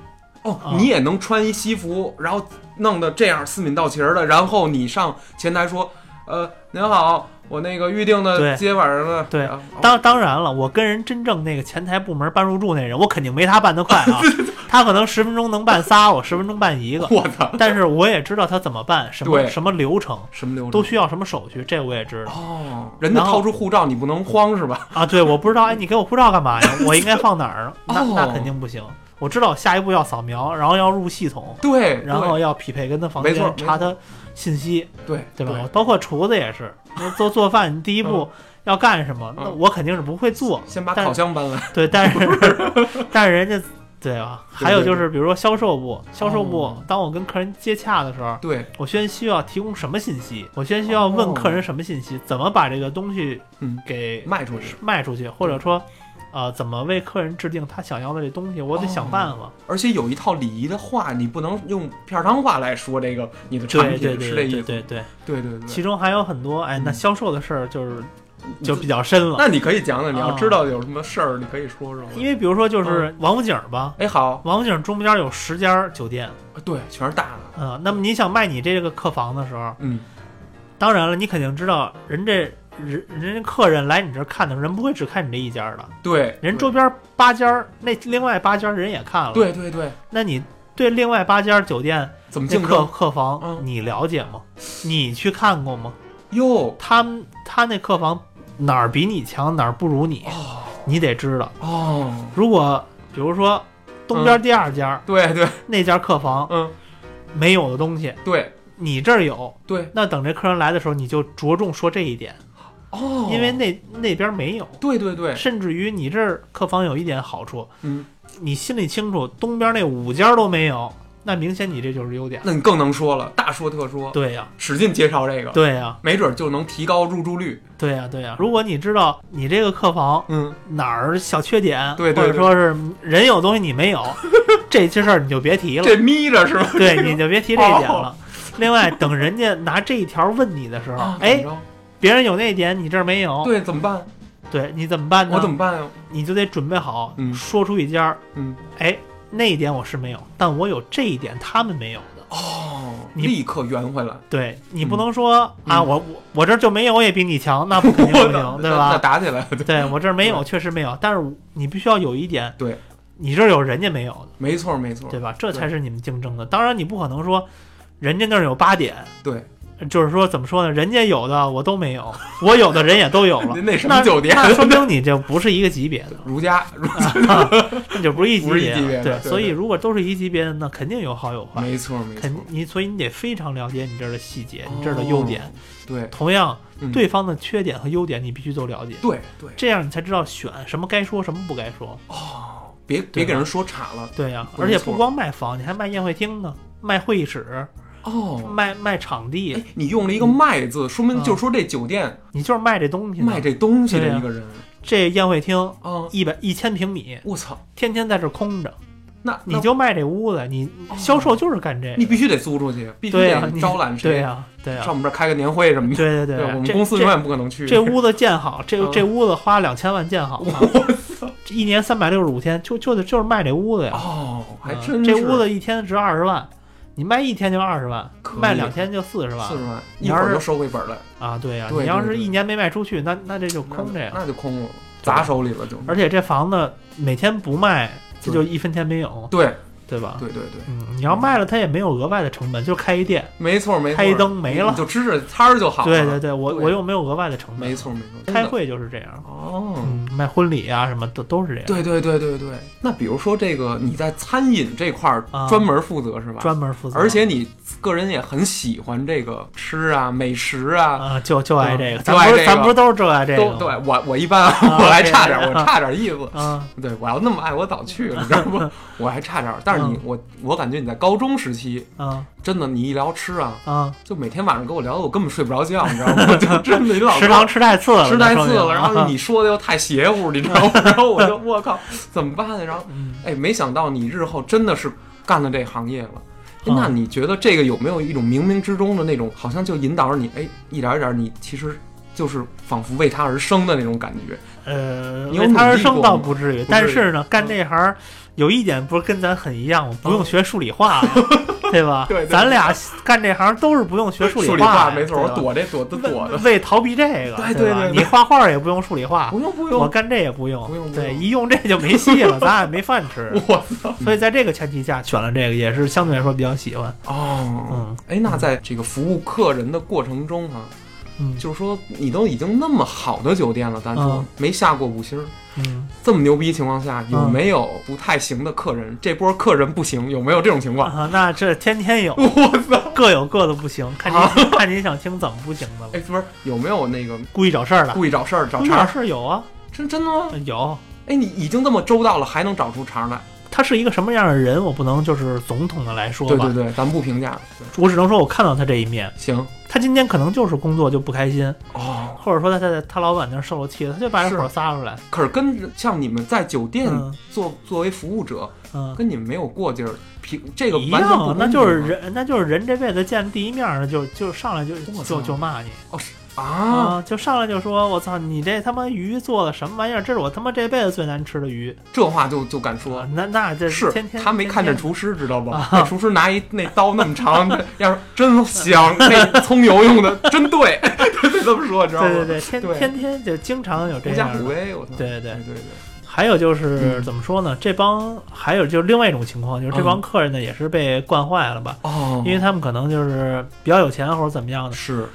[SPEAKER 2] 哦，你也能穿一西服，然后弄得这样四敏到齐儿的，然后你上前台说，呃，您好，我那个预定
[SPEAKER 3] 对
[SPEAKER 2] 的今天晚上的，
[SPEAKER 3] 对
[SPEAKER 2] 啊哦
[SPEAKER 3] 当当然了，我跟人真正那个前台部门办入住那人，我肯定没他办得快 啊，他可能十分钟能办仨，我十分钟办一个，
[SPEAKER 2] 我操，
[SPEAKER 3] 但是我也知道他怎么办，什么
[SPEAKER 2] 对嗯
[SPEAKER 3] 什么流程，
[SPEAKER 2] 什么流程
[SPEAKER 3] 都需要什么手续，这我也知道
[SPEAKER 2] 哦，人家
[SPEAKER 3] 然后
[SPEAKER 2] 掏出护照，你不能慌是 吧？
[SPEAKER 3] 啊。对，我不知道，哎，你给我护照 干嘛呀？我应该放哪儿？那
[SPEAKER 2] 哦
[SPEAKER 3] 那肯定不行。我知道下一步要扫描，然后要入系统，
[SPEAKER 2] 对，
[SPEAKER 3] 然后要匹配跟他房
[SPEAKER 2] 没错
[SPEAKER 3] 间
[SPEAKER 2] 没错
[SPEAKER 3] 查他信息，
[SPEAKER 2] 对
[SPEAKER 3] 对吧？？包括厨子也是，那做做饭，你第一步要干什么？那
[SPEAKER 2] 嗯
[SPEAKER 3] 我肯定是不 会做，
[SPEAKER 2] 先把
[SPEAKER 3] 但
[SPEAKER 2] 烤箱搬来，
[SPEAKER 3] 对，但是但是人家对吧？
[SPEAKER 2] 对
[SPEAKER 3] 还有就是，比如说销售部，销售部
[SPEAKER 2] 哦，
[SPEAKER 3] 当我跟客人接洽的时候，
[SPEAKER 2] 对，
[SPEAKER 3] 我先需要提供什么信息？我先需要问
[SPEAKER 2] 哦
[SPEAKER 3] 客人什么信息？怎么把这个东西
[SPEAKER 2] 嗯
[SPEAKER 3] 给
[SPEAKER 2] 卖出去。
[SPEAKER 3] 卖出去，或者说，呃，怎么为客人制定他想要的这东西？
[SPEAKER 2] 哦
[SPEAKER 3] 我得想办法。
[SPEAKER 2] 而且有一套礼仪的话，你不能用片儿汤话来说这个你的产
[SPEAKER 3] 对对
[SPEAKER 2] 品
[SPEAKER 3] 对
[SPEAKER 2] 是这
[SPEAKER 3] 对
[SPEAKER 2] 意
[SPEAKER 3] 对
[SPEAKER 2] 思。
[SPEAKER 3] 对对，
[SPEAKER 2] 对对对，
[SPEAKER 3] 其中还有很多，哎，那
[SPEAKER 2] 嗯
[SPEAKER 3] 销售的事儿就是
[SPEAKER 2] 你
[SPEAKER 3] 就比较深了，
[SPEAKER 2] 那你可以讲讲，你要
[SPEAKER 3] 啊
[SPEAKER 2] 知道有什么事儿，你可以说说。
[SPEAKER 3] 因为比如说就是王府井儿吧，
[SPEAKER 2] 哎好，呃
[SPEAKER 3] 王府井中间有十家酒店，
[SPEAKER 2] 对，全是大的，
[SPEAKER 3] 嗯，那么你想卖你这个客房的时候。
[SPEAKER 2] 嗯，
[SPEAKER 3] 当然了，你肯定知道，人这人人家客人来你这儿看的时候，人不会只看你这一家的，
[SPEAKER 2] 对，
[SPEAKER 3] 人周边八家儿，那另外八家儿人也看了。，
[SPEAKER 2] 对对对，
[SPEAKER 3] 那你对另外八家儿酒店
[SPEAKER 2] 怎么
[SPEAKER 3] 那
[SPEAKER 2] 竞
[SPEAKER 3] 客
[SPEAKER 2] 争
[SPEAKER 3] 客房、
[SPEAKER 2] 嗯
[SPEAKER 3] 你了解吗？你去看过吗？
[SPEAKER 2] 哟？
[SPEAKER 3] 他们他那客房哪儿比你强，哪儿不如你，
[SPEAKER 2] 哦
[SPEAKER 3] 你得知道。
[SPEAKER 2] 哦，
[SPEAKER 3] 如果比如说东边第二家、
[SPEAKER 2] 对对，
[SPEAKER 3] 那家客房
[SPEAKER 2] 嗯，
[SPEAKER 3] 没有的东西，
[SPEAKER 2] 对
[SPEAKER 3] 你这儿有，
[SPEAKER 2] 对，
[SPEAKER 3] 那等这客人来的时候，你就着重说这一点，
[SPEAKER 2] 哦，
[SPEAKER 3] 因为那那边没有。
[SPEAKER 2] 对对对，
[SPEAKER 3] 甚至于你这儿客房有一点好处，
[SPEAKER 2] 嗯，
[SPEAKER 3] 你心里清楚，东边那五家都没有，那明显你这就是优点。
[SPEAKER 2] 那你更能说了，大说特说，
[SPEAKER 3] 对呀、
[SPEAKER 2] 使劲介绍这个，
[SPEAKER 3] 对呀、
[SPEAKER 2] 没准就能提高入住率。
[SPEAKER 3] 对呀、对呀、啊如果你知道你这个客房
[SPEAKER 2] 嗯，
[SPEAKER 3] 哪儿小缺点，
[SPEAKER 2] 对对
[SPEAKER 3] 或者说是人有东西你 没有，这些事儿你就别提了，
[SPEAKER 2] 这眯着是吧？
[SPEAKER 3] 对，你就别提这一点
[SPEAKER 2] 哦
[SPEAKER 3] 了。另外，等人家拿这一条问你的时候，
[SPEAKER 2] 啊，
[SPEAKER 3] 哎
[SPEAKER 2] 怎，么
[SPEAKER 3] 别人有那一点，你这儿没
[SPEAKER 2] 着，
[SPEAKER 3] 有，
[SPEAKER 2] 对，怎么办？
[SPEAKER 3] 对，你怎么办呢？
[SPEAKER 2] 我怎么办呀？
[SPEAKER 3] 你就得准备好，
[SPEAKER 2] 嗯
[SPEAKER 3] 说出一家，
[SPEAKER 2] 嗯，
[SPEAKER 3] 哎，那一点我是没有，但我有这一点他们没有的。
[SPEAKER 2] 哦，
[SPEAKER 3] 你
[SPEAKER 2] 立刻圆回来，
[SPEAKER 3] 对你不能说、
[SPEAKER 2] 嗯
[SPEAKER 3] 啊，
[SPEAKER 2] 嗯
[SPEAKER 3] 我我我这儿就没有，我也比你强，那不 肯定不行，对
[SPEAKER 2] 那
[SPEAKER 3] 吧？
[SPEAKER 2] 打起来 了，对
[SPEAKER 3] 对我这儿没有，确实没有，但是你必须要有一点，
[SPEAKER 2] 嗯对，
[SPEAKER 3] 你这儿有人家没有的，
[SPEAKER 2] 没错没错，
[SPEAKER 3] 对吧？这
[SPEAKER 2] 对
[SPEAKER 3] 才是你们竞争的。当然，你不可能说人家那儿有八点，
[SPEAKER 2] 对，
[SPEAKER 3] 就是说怎么说呢？人家有的我都没有，我有的人也都有了。
[SPEAKER 2] 那那什
[SPEAKER 3] 那
[SPEAKER 2] 么酒店？
[SPEAKER 3] 那说明你这不是一个级别的，
[SPEAKER 2] 如家，如
[SPEAKER 3] 那就不是一级
[SPEAKER 2] 不是一
[SPEAKER 3] 别
[SPEAKER 2] 级别的
[SPEAKER 3] 的。
[SPEAKER 2] 对
[SPEAKER 3] 对，
[SPEAKER 2] 对
[SPEAKER 3] 所以如果都是一级别的，那肯定有好有坏。
[SPEAKER 2] 没错没
[SPEAKER 3] 肯
[SPEAKER 2] 错，
[SPEAKER 3] 你，所以你得非常了解你这儿的细节，你这儿的优点。
[SPEAKER 2] 哦对
[SPEAKER 3] 同样，
[SPEAKER 2] 嗯
[SPEAKER 3] 对方的缺点和优点你必须都了解，
[SPEAKER 2] 对对，
[SPEAKER 3] 这样你才知道选什么该说，什么不该说。
[SPEAKER 2] 哦，别别
[SPEAKER 3] 对吧
[SPEAKER 2] 给人说岔了
[SPEAKER 3] 对呀、
[SPEAKER 2] 不
[SPEAKER 3] 而
[SPEAKER 2] 能
[SPEAKER 3] 且
[SPEAKER 2] 错
[SPEAKER 3] 不光卖房，你还卖宴会厅呢，卖会议室，
[SPEAKER 2] 哦。
[SPEAKER 3] 卖卖场地
[SPEAKER 2] 哎，，你用了一个“卖”字，说明
[SPEAKER 3] 嗯
[SPEAKER 2] 就是说这酒店
[SPEAKER 3] 你就是卖这东西呢。
[SPEAKER 2] 卖这东西
[SPEAKER 3] 对
[SPEAKER 2] 的
[SPEAKER 3] 呀
[SPEAKER 2] 一个人
[SPEAKER 3] 这宴会厅
[SPEAKER 2] 啊！
[SPEAKER 3] 一百一千平米，
[SPEAKER 2] 我操，
[SPEAKER 3] 天天在这空着，
[SPEAKER 2] 那
[SPEAKER 3] 你
[SPEAKER 2] 那
[SPEAKER 3] 就卖这屋子，你
[SPEAKER 2] 哦
[SPEAKER 3] 销售就是干这
[SPEAKER 2] 你
[SPEAKER 3] 个。
[SPEAKER 2] 必须得租出去，必须
[SPEAKER 3] 对呀、
[SPEAKER 2] 得
[SPEAKER 3] 你
[SPEAKER 2] 招揽
[SPEAKER 3] 对
[SPEAKER 2] 谁
[SPEAKER 3] 呀、对呀、
[SPEAKER 2] 上我们这儿开个年会什么的。
[SPEAKER 3] 对对对，
[SPEAKER 2] 我们
[SPEAKER 3] 这
[SPEAKER 2] 公司
[SPEAKER 3] 这
[SPEAKER 2] 永远不可能去。
[SPEAKER 3] 这屋子建好，这
[SPEAKER 2] 嗯
[SPEAKER 3] 这屋子花两千万建好了，这一年三百六十五天，就就得就是卖这屋子呀。
[SPEAKER 2] 哦，还
[SPEAKER 3] 嗯
[SPEAKER 2] 真是
[SPEAKER 3] 这屋子一天值二十万，你卖一天就二十万，
[SPEAKER 2] 可以
[SPEAKER 3] 卖两天就四十
[SPEAKER 2] 四
[SPEAKER 3] 万
[SPEAKER 2] 十万，
[SPEAKER 3] 你
[SPEAKER 2] 一会
[SPEAKER 3] 要是
[SPEAKER 2] 儿就收回本来，
[SPEAKER 3] 啊！对呀、
[SPEAKER 2] 对
[SPEAKER 3] 你要
[SPEAKER 2] 对
[SPEAKER 3] 是
[SPEAKER 2] 对
[SPEAKER 3] 一年没卖出去，那那这就空着呀。
[SPEAKER 2] 那就空了，砸手里了就。
[SPEAKER 3] 而且这房子每天不卖，这就一分钱没有。
[SPEAKER 2] 对，
[SPEAKER 3] 对吧？
[SPEAKER 2] 对对对，
[SPEAKER 3] 嗯，你要卖了，它也没有额外的成本，就开一店，
[SPEAKER 2] 没错没错，嗯
[SPEAKER 3] 开一灯没了
[SPEAKER 2] 你就支着摊儿就好了。
[SPEAKER 3] 对对对，我
[SPEAKER 2] 对
[SPEAKER 3] 我又没有额外的成本，
[SPEAKER 2] 没错没错，
[SPEAKER 3] 开会就是这样，
[SPEAKER 2] 哦，
[SPEAKER 3] 嗯，卖婚礼啊什么都都是这样，
[SPEAKER 2] 对对对对对。那比如说这个你在餐饮这块儿
[SPEAKER 3] 啊
[SPEAKER 2] 专门负责是吧？
[SPEAKER 3] 专门负责，
[SPEAKER 2] 而且你个人也很喜欢这个吃啊、美食啊，
[SPEAKER 3] 啊，就就爱这个，
[SPEAKER 2] 嗯
[SPEAKER 3] 咱不
[SPEAKER 2] 就爱这
[SPEAKER 3] 是
[SPEAKER 2] 个
[SPEAKER 3] 咱不是都是热爱这个
[SPEAKER 2] 都
[SPEAKER 3] 吗，
[SPEAKER 2] 对我我一般、
[SPEAKER 3] 啊
[SPEAKER 2] 我还差点，
[SPEAKER 3] 这样
[SPEAKER 2] 我差点意思。
[SPEAKER 3] 啊，
[SPEAKER 2] 对，我要那么爱我早去了，你知道吗？ 我还差点儿，但是你、
[SPEAKER 3] 嗯
[SPEAKER 2] 我我感觉你在高中时期，
[SPEAKER 3] 啊
[SPEAKER 2] 真的你一聊吃啊，
[SPEAKER 3] 啊，
[SPEAKER 2] 就每天晚上跟我聊的我根本睡不着觉，你知道吗？ 就真的你老
[SPEAKER 3] 食堂吃太次了，
[SPEAKER 2] 吃太次
[SPEAKER 3] 说
[SPEAKER 2] 了，
[SPEAKER 3] 明
[SPEAKER 2] 然后
[SPEAKER 3] 啊
[SPEAKER 2] 你说的又太邪乎，你知道吗？ 然后我就我靠，怎么办呀？然后
[SPEAKER 3] 嗯
[SPEAKER 2] 哎，没想到你日后真的是干了这行业了。哎
[SPEAKER 3] 啊
[SPEAKER 2] 那你觉得这个有没有一种冥冥之中的那种，好像就引导着你，哎，一点一点，你其实就是仿佛为他而生的那种感觉？
[SPEAKER 3] 呃，
[SPEAKER 2] 你有
[SPEAKER 3] 为他
[SPEAKER 2] 努
[SPEAKER 3] 而
[SPEAKER 2] 力
[SPEAKER 3] 生
[SPEAKER 2] 过
[SPEAKER 3] 倒
[SPEAKER 2] 吗
[SPEAKER 3] 不至于，
[SPEAKER 2] 不
[SPEAKER 3] 但
[SPEAKER 2] 至于啊
[SPEAKER 3] 是呢，干这行有一点不是跟咱很一样，我不用学数理 化呀，对吧？
[SPEAKER 2] 嗯对对
[SPEAKER 3] 咱俩干这行都是不用学数
[SPEAKER 2] 理
[SPEAKER 3] 化呀，
[SPEAKER 2] 没错，
[SPEAKER 3] 对啊
[SPEAKER 2] 我
[SPEAKER 3] 吧
[SPEAKER 2] 躲这躲的
[SPEAKER 3] 为
[SPEAKER 2] 躲的，
[SPEAKER 3] 为逃避这个，
[SPEAKER 2] 对
[SPEAKER 3] 对
[SPEAKER 2] 对
[SPEAKER 3] 吧
[SPEAKER 2] 对
[SPEAKER 3] 你
[SPEAKER 2] 对
[SPEAKER 3] 画画也不用数理化
[SPEAKER 2] 不，用不
[SPEAKER 3] 我
[SPEAKER 2] 用，
[SPEAKER 3] 干这也不用，
[SPEAKER 2] 不用不
[SPEAKER 3] 对，
[SPEAKER 2] 用
[SPEAKER 3] 一用这就没戏了，咱也没饭吃。
[SPEAKER 2] 我操！
[SPEAKER 3] 所以在这个前提下选了这个，也是相对来说比较喜欢。
[SPEAKER 2] 哦，
[SPEAKER 3] 嗯
[SPEAKER 2] 哎，那在这个服务客人的过程中啊，
[SPEAKER 3] 嗯
[SPEAKER 2] 就是说你都已经那么好的酒店了，咱说
[SPEAKER 3] 嗯
[SPEAKER 2] 没下过五星儿，
[SPEAKER 3] 嗯，
[SPEAKER 2] 这么牛逼情况下，有
[SPEAKER 3] 嗯
[SPEAKER 2] 没有不太行的客人？这波客人不行，有没有这种情况？
[SPEAKER 3] 啊，那这天天有，
[SPEAKER 2] 我操！啊
[SPEAKER 3] 各有各的不行，看您看您想听怎么不行的
[SPEAKER 2] 哎，
[SPEAKER 3] 了，
[SPEAKER 2] 不是有没有那个
[SPEAKER 3] 故意找事儿的。
[SPEAKER 2] 故意找事儿找茬
[SPEAKER 3] 哪
[SPEAKER 2] 儿？
[SPEAKER 3] 是有啊，
[SPEAKER 2] 真真的吗？
[SPEAKER 3] 有。
[SPEAKER 2] 哎，你已经这么周到了，还能找出茬儿来？
[SPEAKER 3] 他是一个什么样的人，我不能就是总统的来说
[SPEAKER 2] 对
[SPEAKER 3] 吧，
[SPEAKER 2] 对对，咱不评价。对
[SPEAKER 3] 我只能说我看到他这一面。
[SPEAKER 2] 行
[SPEAKER 3] 他今天可能就是工作就不开心，
[SPEAKER 2] 哦，
[SPEAKER 3] 或者说他在他老板那儿受了气了，他就把这
[SPEAKER 2] 是
[SPEAKER 3] 火撒出来。
[SPEAKER 2] 可是跟像你们在酒店
[SPEAKER 3] 嗯
[SPEAKER 2] 做作为服务者，
[SPEAKER 3] 嗯，
[SPEAKER 2] 跟你们没有过劲儿，平这个
[SPEAKER 3] 一
[SPEAKER 2] 完全不
[SPEAKER 3] 样
[SPEAKER 2] 公
[SPEAKER 3] 啊，
[SPEAKER 2] 平
[SPEAKER 3] 那就是
[SPEAKER 2] 啊
[SPEAKER 3] 人，那就是人这辈子见的第一面儿，就就上来就
[SPEAKER 2] 我操
[SPEAKER 3] 就就骂你
[SPEAKER 2] 哦是啊，
[SPEAKER 3] 就上来就说我操，你这他妈鱼做的什么玩意儿？这是我他妈这辈子最难吃的鱼。
[SPEAKER 2] 这话就就敢说
[SPEAKER 3] 啊。那那这
[SPEAKER 2] 是
[SPEAKER 3] 天天
[SPEAKER 2] 他没看见
[SPEAKER 3] 天
[SPEAKER 2] 厨师，知道吧
[SPEAKER 3] 啊？
[SPEAKER 2] 那厨师拿一那刀那么 长，那要是真香，那葱油用的真对， 他就这么说，知道
[SPEAKER 3] 天对
[SPEAKER 2] 吗？
[SPEAKER 3] 对对，天
[SPEAKER 2] 对
[SPEAKER 3] 天天就经常有这
[SPEAKER 2] 狐假
[SPEAKER 3] 样
[SPEAKER 2] 虎
[SPEAKER 3] 的。
[SPEAKER 2] 威，我操！
[SPEAKER 3] 对对对
[SPEAKER 2] 对，对对，
[SPEAKER 3] 还有就是
[SPEAKER 2] 嗯
[SPEAKER 3] 怎么说呢？这帮还有就是另外一种情况，就是这帮客人呢也是被惯坏了吧，
[SPEAKER 2] 哦，
[SPEAKER 3] 因为他们可能就是比较有钱或者怎么样的。
[SPEAKER 2] 是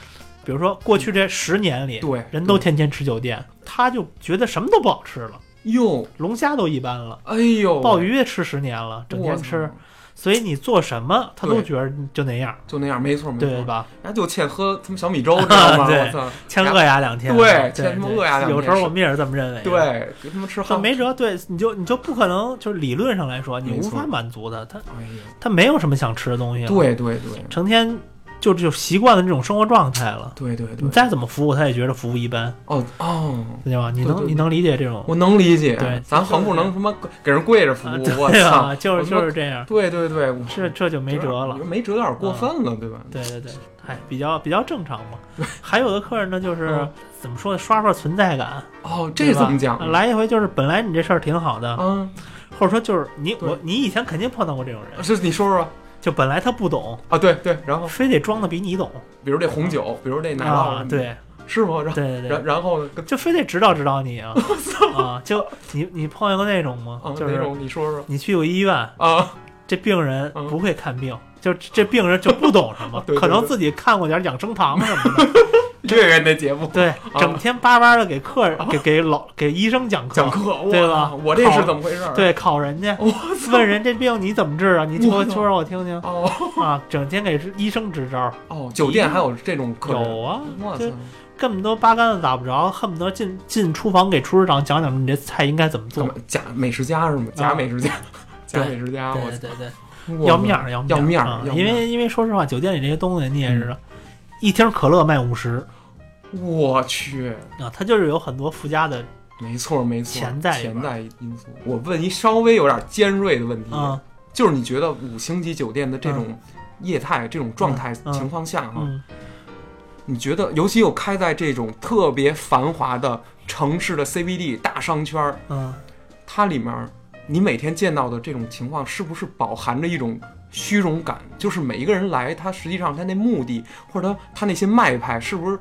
[SPEAKER 3] 比如说过去这十年里，
[SPEAKER 2] 对
[SPEAKER 3] 人都
[SPEAKER 2] 对
[SPEAKER 3] 天天吃酒店，他就觉得什么都不好吃了，
[SPEAKER 2] 哟，
[SPEAKER 3] 龙虾都一般了，
[SPEAKER 2] 哎呦，
[SPEAKER 3] 鲍鱼也吃十年了，整
[SPEAKER 2] 我
[SPEAKER 3] 天
[SPEAKER 2] 操
[SPEAKER 3] 吃，所以你做什么他都
[SPEAKER 2] 对嗯
[SPEAKER 3] 觉得就那样，
[SPEAKER 2] 就那样，没错没
[SPEAKER 3] 对
[SPEAKER 2] 错，
[SPEAKER 3] 吧？
[SPEAKER 2] 那就欠喝他们小 米粥，知道吗？
[SPEAKER 3] 对
[SPEAKER 2] 我操，
[SPEAKER 3] 欠饿牙两天，
[SPEAKER 2] 对
[SPEAKER 3] 对，
[SPEAKER 2] 欠他妈
[SPEAKER 3] 对
[SPEAKER 2] 饿牙两天
[SPEAKER 3] 有时候我们也是这么认为，。
[SPEAKER 2] 对，给他们吃
[SPEAKER 3] 就
[SPEAKER 2] 好，
[SPEAKER 3] 没辙，对，你就你就不可能，就是理论上来说，你
[SPEAKER 2] 没
[SPEAKER 3] 无
[SPEAKER 2] 错
[SPEAKER 3] 法满足他，他
[SPEAKER 2] 哎呀，
[SPEAKER 3] 他没有什么想吃的东西了，
[SPEAKER 2] 对对对
[SPEAKER 3] 成天就就习惯了这种生活状态了。
[SPEAKER 2] 对对
[SPEAKER 3] 你
[SPEAKER 2] 对，
[SPEAKER 3] 再怎么服务，他也觉得服务一般，
[SPEAKER 2] 哦哦。
[SPEAKER 3] 对吧？你
[SPEAKER 2] 对
[SPEAKER 3] 能
[SPEAKER 2] 对
[SPEAKER 3] 你能理解这种，
[SPEAKER 2] 我能理解，
[SPEAKER 3] 对
[SPEAKER 2] 咱横不能他妈给人跪着服
[SPEAKER 3] 啊
[SPEAKER 2] 务，我
[SPEAKER 3] 对
[SPEAKER 2] 操
[SPEAKER 3] 吧？，就是
[SPEAKER 2] 我他妈嗯
[SPEAKER 3] 就是这样，
[SPEAKER 2] 对对对，我
[SPEAKER 3] 这这就没辙了嗯
[SPEAKER 2] 你说。没辙有点过分了，对吧？
[SPEAKER 3] 对对对，哎，比较比较正常嘛。还有的客人呢，就是
[SPEAKER 2] 嗯
[SPEAKER 3] 怎么说呢，刷刷存在感，
[SPEAKER 2] 哦，
[SPEAKER 3] 对
[SPEAKER 2] 这
[SPEAKER 3] 吧
[SPEAKER 2] 怎么讲呢？
[SPEAKER 3] 来一回就是本来你这事儿挺好的，
[SPEAKER 2] 啊，
[SPEAKER 3] 或者说就是你
[SPEAKER 2] 对嗯
[SPEAKER 3] 我你以前肯定碰到过这种人，
[SPEAKER 2] 是你说说
[SPEAKER 3] 就本来他不懂，
[SPEAKER 2] 啊？对对，然后
[SPEAKER 3] 非得装的比你懂
[SPEAKER 2] 比如这红酒，比如这奶酪
[SPEAKER 3] 啊，，对
[SPEAKER 2] 是吗？然后
[SPEAKER 3] 对对对
[SPEAKER 2] 然，然后呢跟
[SPEAKER 3] 就非得指导指导 你啊啊！就你你碰见过那种吗
[SPEAKER 2] 啊？
[SPEAKER 3] 就
[SPEAKER 2] 那
[SPEAKER 3] 是
[SPEAKER 2] 种你说说
[SPEAKER 3] 你去过医院，
[SPEAKER 2] 啊？
[SPEAKER 3] 这病人
[SPEAKER 2] 嗯
[SPEAKER 3] 不会看病，就这病人就不懂什么
[SPEAKER 2] ，对对对
[SPEAKER 3] 可能自己看过点养生堂什么 的，
[SPEAKER 2] 月月那节目
[SPEAKER 3] 对，整天巴巴的给客人、给给老给医生讲课，
[SPEAKER 2] 啊讲课，我
[SPEAKER 3] 对吧
[SPEAKER 2] 我这是怎么回事？，
[SPEAKER 3] 对，考人家，
[SPEAKER 2] 我
[SPEAKER 3] 问人这病你怎 么治啊？你
[SPEAKER 2] 我
[SPEAKER 3] 说
[SPEAKER 2] 操
[SPEAKER 3] 说让我听 听
[SPEAKER 2] 哦
[SPEAKER 3] 啊！整天给医生支招，
[SPEAKER 2] 哦，酒店还有这种客人，
[SPEAKER 3] 有啊，
[SPEAKER 2] 我
[SPEAKER 3] 这
[SPEAKER 2] 操！
[SPEAKER 3] 根本都八竿子打不着，恨不得进进厨房给厨师长讲讲你这菜应该怎么
[SPEAKER 2] 怎
[SPEAKER 3] 做
[SPEAKER 2] 么。假美食家是吗？假美食家， 假美食家，我
[SPEAKER 3] 啊对对对，
[SPEAKER 2] 操
[SPEAKER 3] 要面儿要
[SPEAKER 2] 要面
[SPEAKER 3] 面
[SPEAKER 2] 儿嗯
[SPEAKER 3] 啊
[SPEAKER 2] 要
[SPEAKER 3] 因
[SPEAKER 2] 面
[SPEAKER 3] 为因为说实话，酒店里这些东西你也知道，一听可乐卖五十
[SPEAKER 2] 我去，
[SPEAKER 3] 啊，它就是有很多附加的
[SPEAKER 2] 没错没错，
[SPEAKER 3] 潜在里边
[SPEAKER 2] 潜在因素。我问一稍微有点尖锐的问题，
[SPEAKER 3] 啊，
[SPEAKER 2] 就是你觉得五星级酒店的这种业态、这种状态
[SPEAKER 3] 嗯嗯
[SPEAKER 2] 情况下啊，
[SPEAKER 3] 嗯
[SPEAKER 2] 你觉得，尤其又开在这种特别繁华的城市的 CBD 大商圈儿，
[SPEAKER 3] 嗯，
[SPEAKER 2] 它里面你每天见到的这种情况，是不是饱含着一种虚荣感？就是每一个人来，他实际上他那目的或者他他那些卖派，是不是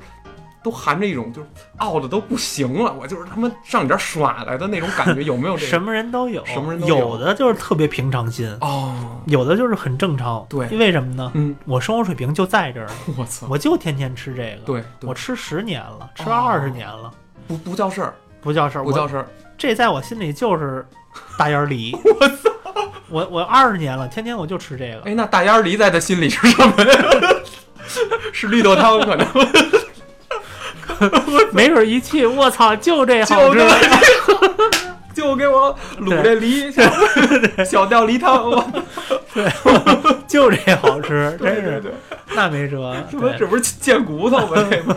[SPEAKER 2] 都含着一种就是傲的都不行了，我就是他妈上你这儿耍来的那种感觉，有没有这
[SPEAKER 3] 什
[SPEAKER 2] 个？
[SPEAKER 3] 么人都有，
[SPEAKER 2] 什么人都
[SPEAKER 3] 有
[SPEAKER 2] 有
[SPEAKER 3] 的就是特别平常心，
[SPEAKER 2] 哦，
[SPEAKER 3] 有的就是很正常。
[SPEAKER 2] 对
[SPEAKER 3] 因为什么呢？
[SPEAKER 2] 嗯，
[SPEAKER 3] 我生活水平就在这儿呢，
[SPEAKER 2] 我操，
[SPEAKER 3] 我就天天吃这个，
[SPEAKER 2] 对，对
[SPEAKER 3] 我吃十年了，吃
[SPEAKER 2] 哦
[SPEAKER 3] 二十年了，
[SPEAKER 2] 不不叫事儿，
[SPEAKER 3] 不叫事儿，
[SPEAKER 2] 不叫
[SPEAKER 3] 我
[SPEAKER 2] 事儿，
[SPEAKER 3] 这在我心 里就是大烟儿梨。我操！我我二十年了，天天我就吃这个，
[SPEAKER 2] 哎，那大烟儿梨在他心里是什么呀？是绿豆汤可能，
[SPEAKER 3] 没准一去，我操， 就这好
[SPEAKER 2] 就
[SPEAKER 3] 吃
[SPEAKER 2] 给。我就给我卤这梨，小 吊梨汤，我
[SPEAKER 3] 就这好吃，真
[SPEAKER 2] 对对
[SPEAKER 3] 是
[SPEAKER 2] 对，
[SPEAKER 3] 那没辙。
[SPEAKER 2] 这不
[SPEAKER 3] 对
[SPEAKER 2] 这不是贱骨头 吗？这不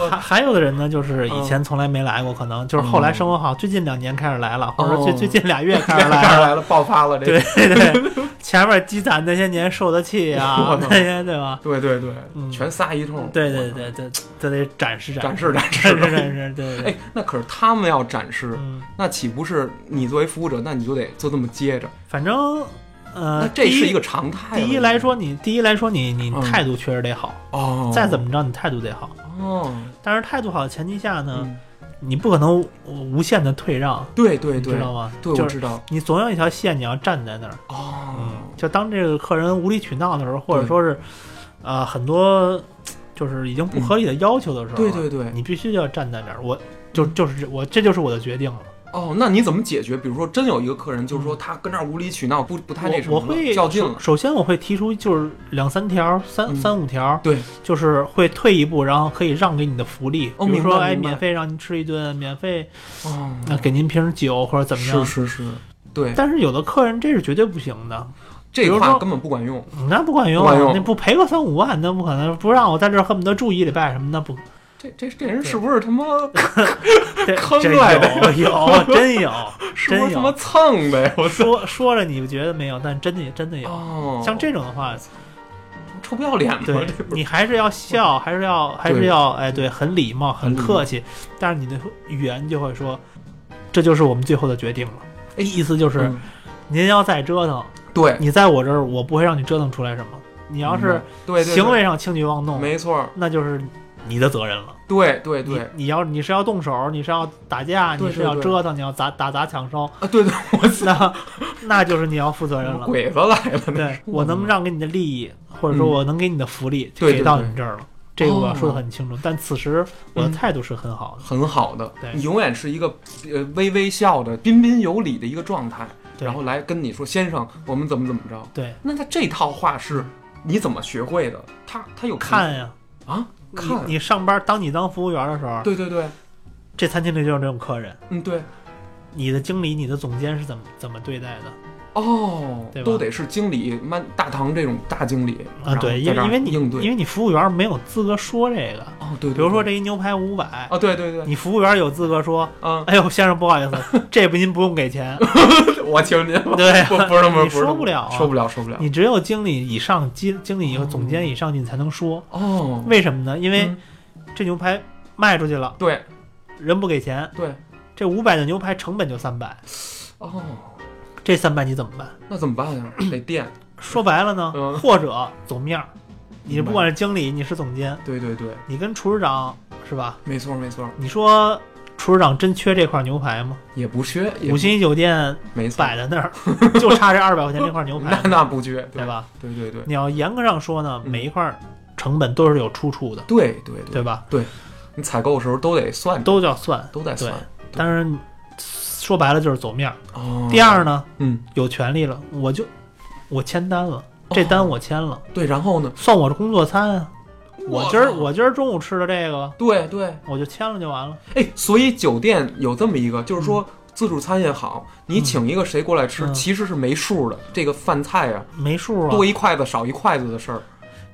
[SPEAKER 2] 是，
[SPEAKER 3] 还还有的人呢，就是以前从来没来过，可能就是后来生活
[SPEAKER 2] 嗯
[SPEAKER 3] 好，最近两年开始来了，或者最
[SPEAKER 2] 哦
[SPEAKER 3] 最近俩月开始
[SPEAKER 2] 这
[SPEAKER 3] 来
[SPEAKER 2] 儿
[SPEAKER 3] 了。
[SPEAKER 2] 来了，爆发了，这
[SPEAKER 3] 对对，前面积攒那些年受的气 啊
[SPEAKER 2] 我，操
[SPEAKER 3] 那些对吧？
[SPEAKER 2] 对对对，
[SPEAKER 3] 嗯
[SPEAKER 2] 全撒一通，
[SPEAKER 3] 对对对对，这得展示
[SPEAKER 2] 展
[SPEAKER 3] 示
[SPEAKER 2] 示展
[SPEAKER 3] 展示
[SPEAKER 2] 示。
[SPEAKER 3] 展示，对 对
[SPEAKER 2] 哎
[SPEAKER 3] 对，，
[SPEAKER 2] 那可是他们要展示，
[SPEAKER 3] 嗯，
[SPEAKER 2] 那岂不是你作为服务者，那你就得就这么接着？
[SPEAKER 3] 反正呃
[SPEAKER 2] 那，这
[SPEAKER 3] 第
[SPEAKER 2] 是一个常态了。
[SPEAKER 3] 第一来说，你第一来说你你
[SPEAKER 2] 嗯
[SPEAKER 3] 态度确实得好，
[SPEAKER 2] 哦，
[SPEAKER 3] 再怎么着你态度得好，
[SPEAKER 2] 哦，
[SPEAKER 3] 但是态度好的前提下呢，
[SPEAKER 2] 嗯，
[SPEAKER 3] 你不可能无无限的退让，
[SPEAKER 2] 对对
[SPEAKER 3] 你
[SPEAKER 2] 对
[SPEAKER 3] 知，道吗？
[SPEAKER 2] 对
[SPEAKER 3] 就
[SPEAKER 2] 我
[SPEAKER 3] 是嗯
[SPEAKER 2] 知道
[SPEAKER 3] 你总有一条线你要站在那儿。
[SPEAKER 2] 哦，
[SPEAKER 3] 就当这个客人无理取闹的时候，或者
[SPEAKER 2] 对
[SPEAKER 3] 说是，呃，很多就是已经不合理的要求的时候，
[SPEAKER 2] 嗯对对对，
[SPEAKER 3] 你必须要站在那儿。我就就是我，这就是我的决定了。
[SPEAKER 2] 哦，那你怎么解决？比如说，真有一个客人，就是说他跟这儿无理取闹，不不太那什
[SPEAKER 3] 嗯我
[SPEAKER 2] 么
[SPEAKER 3] 我
[SPEAKER 2] 了，
[SPEAKER 3] 会
[SPEAKER 2] 较劲
[SPEAKER 3] 首
[SPEAKER 2] 了。
[SPEAKER 3] 首先我会提出就是两三条、三、
[SPEAKER 2] 嗯
[SPEAKER 3] 三五条，
[SPEAKER 2] 对，
[SPEAKER 3] 就是会退一步，然后可以让给你的福利，
[SPEAKER 2] 哦
[SPEAKER 3] 比如
[SPEAKER 2] 明白
[SPEAKER 3] 说哎，
[SPEAKER 2] 明白
[SPEAKER 3] 免费让您吃一顿，免费
[SPEAKER 2] 哦，
[SPEAKER 3] 那给您瓶酒或者怎么样。
[SPEAKER 2] 是是是，对，
[SPEAKER 3] 但是有的客人这是绝对不行的，
[SPEAKER 2] 这
[SPEAKER 3] 比
[SPEAKER 2] 个
[SPEAKER 3] 如说
[SPEAKER 2] 话根本不管用。
[SPEAKER 3] 嗯那不管用，啊
[SPEAKER 2] 不管用
[SPEAKER 3] 那不赔个三五万，那不可能，不让我在这儿恨不得住一礼拜什么的，不
[SPEAKER 2] 这这
[SPEAKER 3] 哎
[SPEAKER 2] 这人是不是他妈
[SPEAKER 3] 这
[SPEAKER 2] 坑
[SPEAKER 3] 真
[SPEAKER 2] 来的
[SPEAKER 3] 有有真有
[SPEAKER 2] 是不
[SPEAKER 3] 真
[SPEAKER 2] 是他妈
[SPEAKER 3] 有，
[SPEAKER 2] 蹭的呀？我操！
[SPEAKER 3] 说说着你觉得没有，但真的真的有。
[SPEAKER 2] 哦，
[SPEAKER 3] 像这种的话，
[SPEAKER 2] 臭不要脸吗？
[SPEAKER 3] 对
[SPEAKER 2] 这不是
[SPEAKER 3] 你还是要笑，还是要还是要哎，对，很礼貌，很
[SPEAKER 2] 很礼貌
[SPEAKER 3] 客气，但是你的语言就会说，这就是我们最后的决定了。
[SPEAKER 2] 哎
[SPEAKER 3] 意思就是，
[SPEAKER 2] 嗯哎
[SPEAKER 3] 您要再折腾，
[SPEAKER 2] 对，
[SPEAKER 3] 你在我这儿，我不会让你折腾出来什么。你
[SPEAKER 2] 你
[SPEAKER 3] 要是
[SPEAKER 2] 嗯对对对
[SPEAKER 3] 行为上轻举妄动，
[SPEAKER 2] 没错儿，
[SPEAKER 3] 那就是你的责任了。
[SPEAKER 2] 对对
[SPEAKER 3] 你
[SPEAKER 2] 对
[SPEAKER 3] 你要你是要动手，你是要打架，
[SPEAKER 2] 对
[SPEAKER 3] 你是
[SPEAKER 2] 对
[SPEAKER 3] 要
[SPEAKER 2] 对
[SPEAKER 3] 折腾，你要砸打砸抢 烧，
[SPEAKER 2] 啊，对对，我操，
[SPEAKER 3] 那那就是你要负责任了。
[SPEAKER 2] 鬼子来了，那
[SPEAKER 3] 对
[SPEAKER 2] 是
[SPEAKER 3] 我能让给你的利益，或者说
[SPEAKER 2] 嗯
[SPEAKER 3] 我能给你的福利，
[SPEAKER 2] 对对
[SPEAKER 3] 给到
[SPEAKER 2] 对
[SPEAKER 3] 你这儿了。这个我要
[SPEAKER 2] 哦
[SPEAKER 3] 说的很清楚，但此时我的
[SPEAKER 2] 嗯
[SPEAKER 3] 态度是很好的。
[SPEAKER 2] 很好的
[SPEAKER 3] 对，
[SPEAKER 2] 你永远是一个呃微微笑的、彬彬有礼的一个状态，
[SPEAKER 3] 对
[SPEAKER 2] 然后来跟你说先生，我们怎么怎么着。
[SPEAKER 3] 对，
[SPEAKER 2] 那他这套话是你怎么学会的？他他有
[SPEAKER 3] 看呀，
[SPEAKER 2] 啊看，
[SPEAKER 3] 你你上班，当你当服务员的时候，
[SPEAKER 2] 对对对，
[SPEAKER 3] 这餐厅里就是这种客人，
[SPEAKER 2] 嗯对，
[SPEAKER 3] 你的经理、你的总监是怎么怎么对待的
[SPEAKER 2] 哦
[SPEAKER 3] 对，吧
[SPEAKER 2] 都得是经理，曼大堂这种大经理
[SPEAKER 3] 啊？对，因为因为你
[SPEAKER 2] 应
[SPEAKER 3] 因
[SPEAKER 2] 对
[SPEAKER 3] 为你服务员没有资格说这个，
[SPEAKER 2] 哦对，对
[SPEAKER 3] 比如说
[SPEAKER 2] 对
[SPEAKER 3] 这一牛排五百，
[SPEAKER 2] 啊对对对，
[SPEAKER 3] 你服务员有资格说，
[SPEAKER 2] 嗯，
[SPEAKER 3] 哎呦先生不好意思，这不您不用给钱，
[SPEAKER 2] 我请您吧，
[SPEAKER 3] 对啊
[SPEAKER 2] 不不是不是
[SPEAKER 3] 你
[SPEAKER 2] 不是，
[SPEAKER 3] 说不了啊
[SPEAKER 2] 说不了说不了，
[SPEAKER 3] 你只有经理以上、经经理以后总监以上，你才能说。
[SPEAKER 2] 哦，
[SPEAKER 3] 为什么呢？因为
[SPEAKER 2] 嗯
[SPEAKER 3] 这牛排卖出去了，
[SPEAKER 2] 对
[SPEAKER 3] 人不给钱，
[SPEAKER 2] 对
[SPEAKER 3] 这五百的牛排成本就三百，
[SPEAKER 2] 哦，
[SPEAKER 3] 这三百你怎么办？
[SPEAKER 2] 那怎么办呀？得垫，
[SPEAKER 3] 说白了呢，
[SPEAKER 2] 嗯
[SPEAKER 3] 或者走面儿，你
[SPEAKER 2] 明白
[SPEAKER 3] 不管是经理，你是总监，
[SPEAKER 2] 对对对，
[SPEAKER 3] 你跟厨师长是吧？
[SPEAKER 2] 没错没错，
[SPEAKER 3] 你说厨师长真缺这块牛排吗？
[SPEAKER 2] 也不缺，也
[SPEAKER 3] 五
[SPEAKER 2] 不
[SPEAKER 3] 星级酒店
[SPEAKER 2] 没错，
[SPEAKER 3] 摆在那 儿，就差这二百块钱这块牛
[SPEAKER 2] 那
[SPEAKER 3] 排，
[SPEAKER 2] 那不缺，
[SPEAKER 3] 对？吧？
[SPEAKER 2] 对对对
[SPEAKER 3] 你要严格上说呢，
[SPEAKER 2] 嗯
[SPEAKER 3] 每一块成本都是有出处的，
[SPEAKER 2] 对对
[SPEAKER 3] 对，吧？
[SPEAKER 2] 你采购的时候都得算，
[SPEAKER 3] 都叫算。
[SPEAKER 2] 都得
[SPEAKER 3] 对
[SPEAKER 2] 算。
[SPEAKER 3] 但是说白了就是走面儿。
[SPEAKER 2] 哦，
[SPEAKER 3] 第二，呢，
[SPEAKER 2] 嗯，
[SPEAKER 3] 有权利了，我就我签单了，
[SPEAKER 2] 哦
[SPEAKER 3] 这单我签了，
[SPEAKER 2] 对，然后呢？
[SPEAKER 3] 算我的工作餐啊。我今儿
[SPEAKER 2] 操
[SPEAKER 3] 我今儿中午吃的这个，
[SPEAKER 2] 对对，
[SPEAKER 3] 我就签了就完了。
[SPEAKER 2] 哎，所以酒店有这么一个，就是说自助餐也好，你请一个谁过来吃
[SPEAKER 3] 嗯，
[SPEAKER 2] 其实是没数的。这个饭菜啊，
[SPEAKER 3] 没数啊
[SPEAKER 2] 多，一筷子少一筷子的事儿，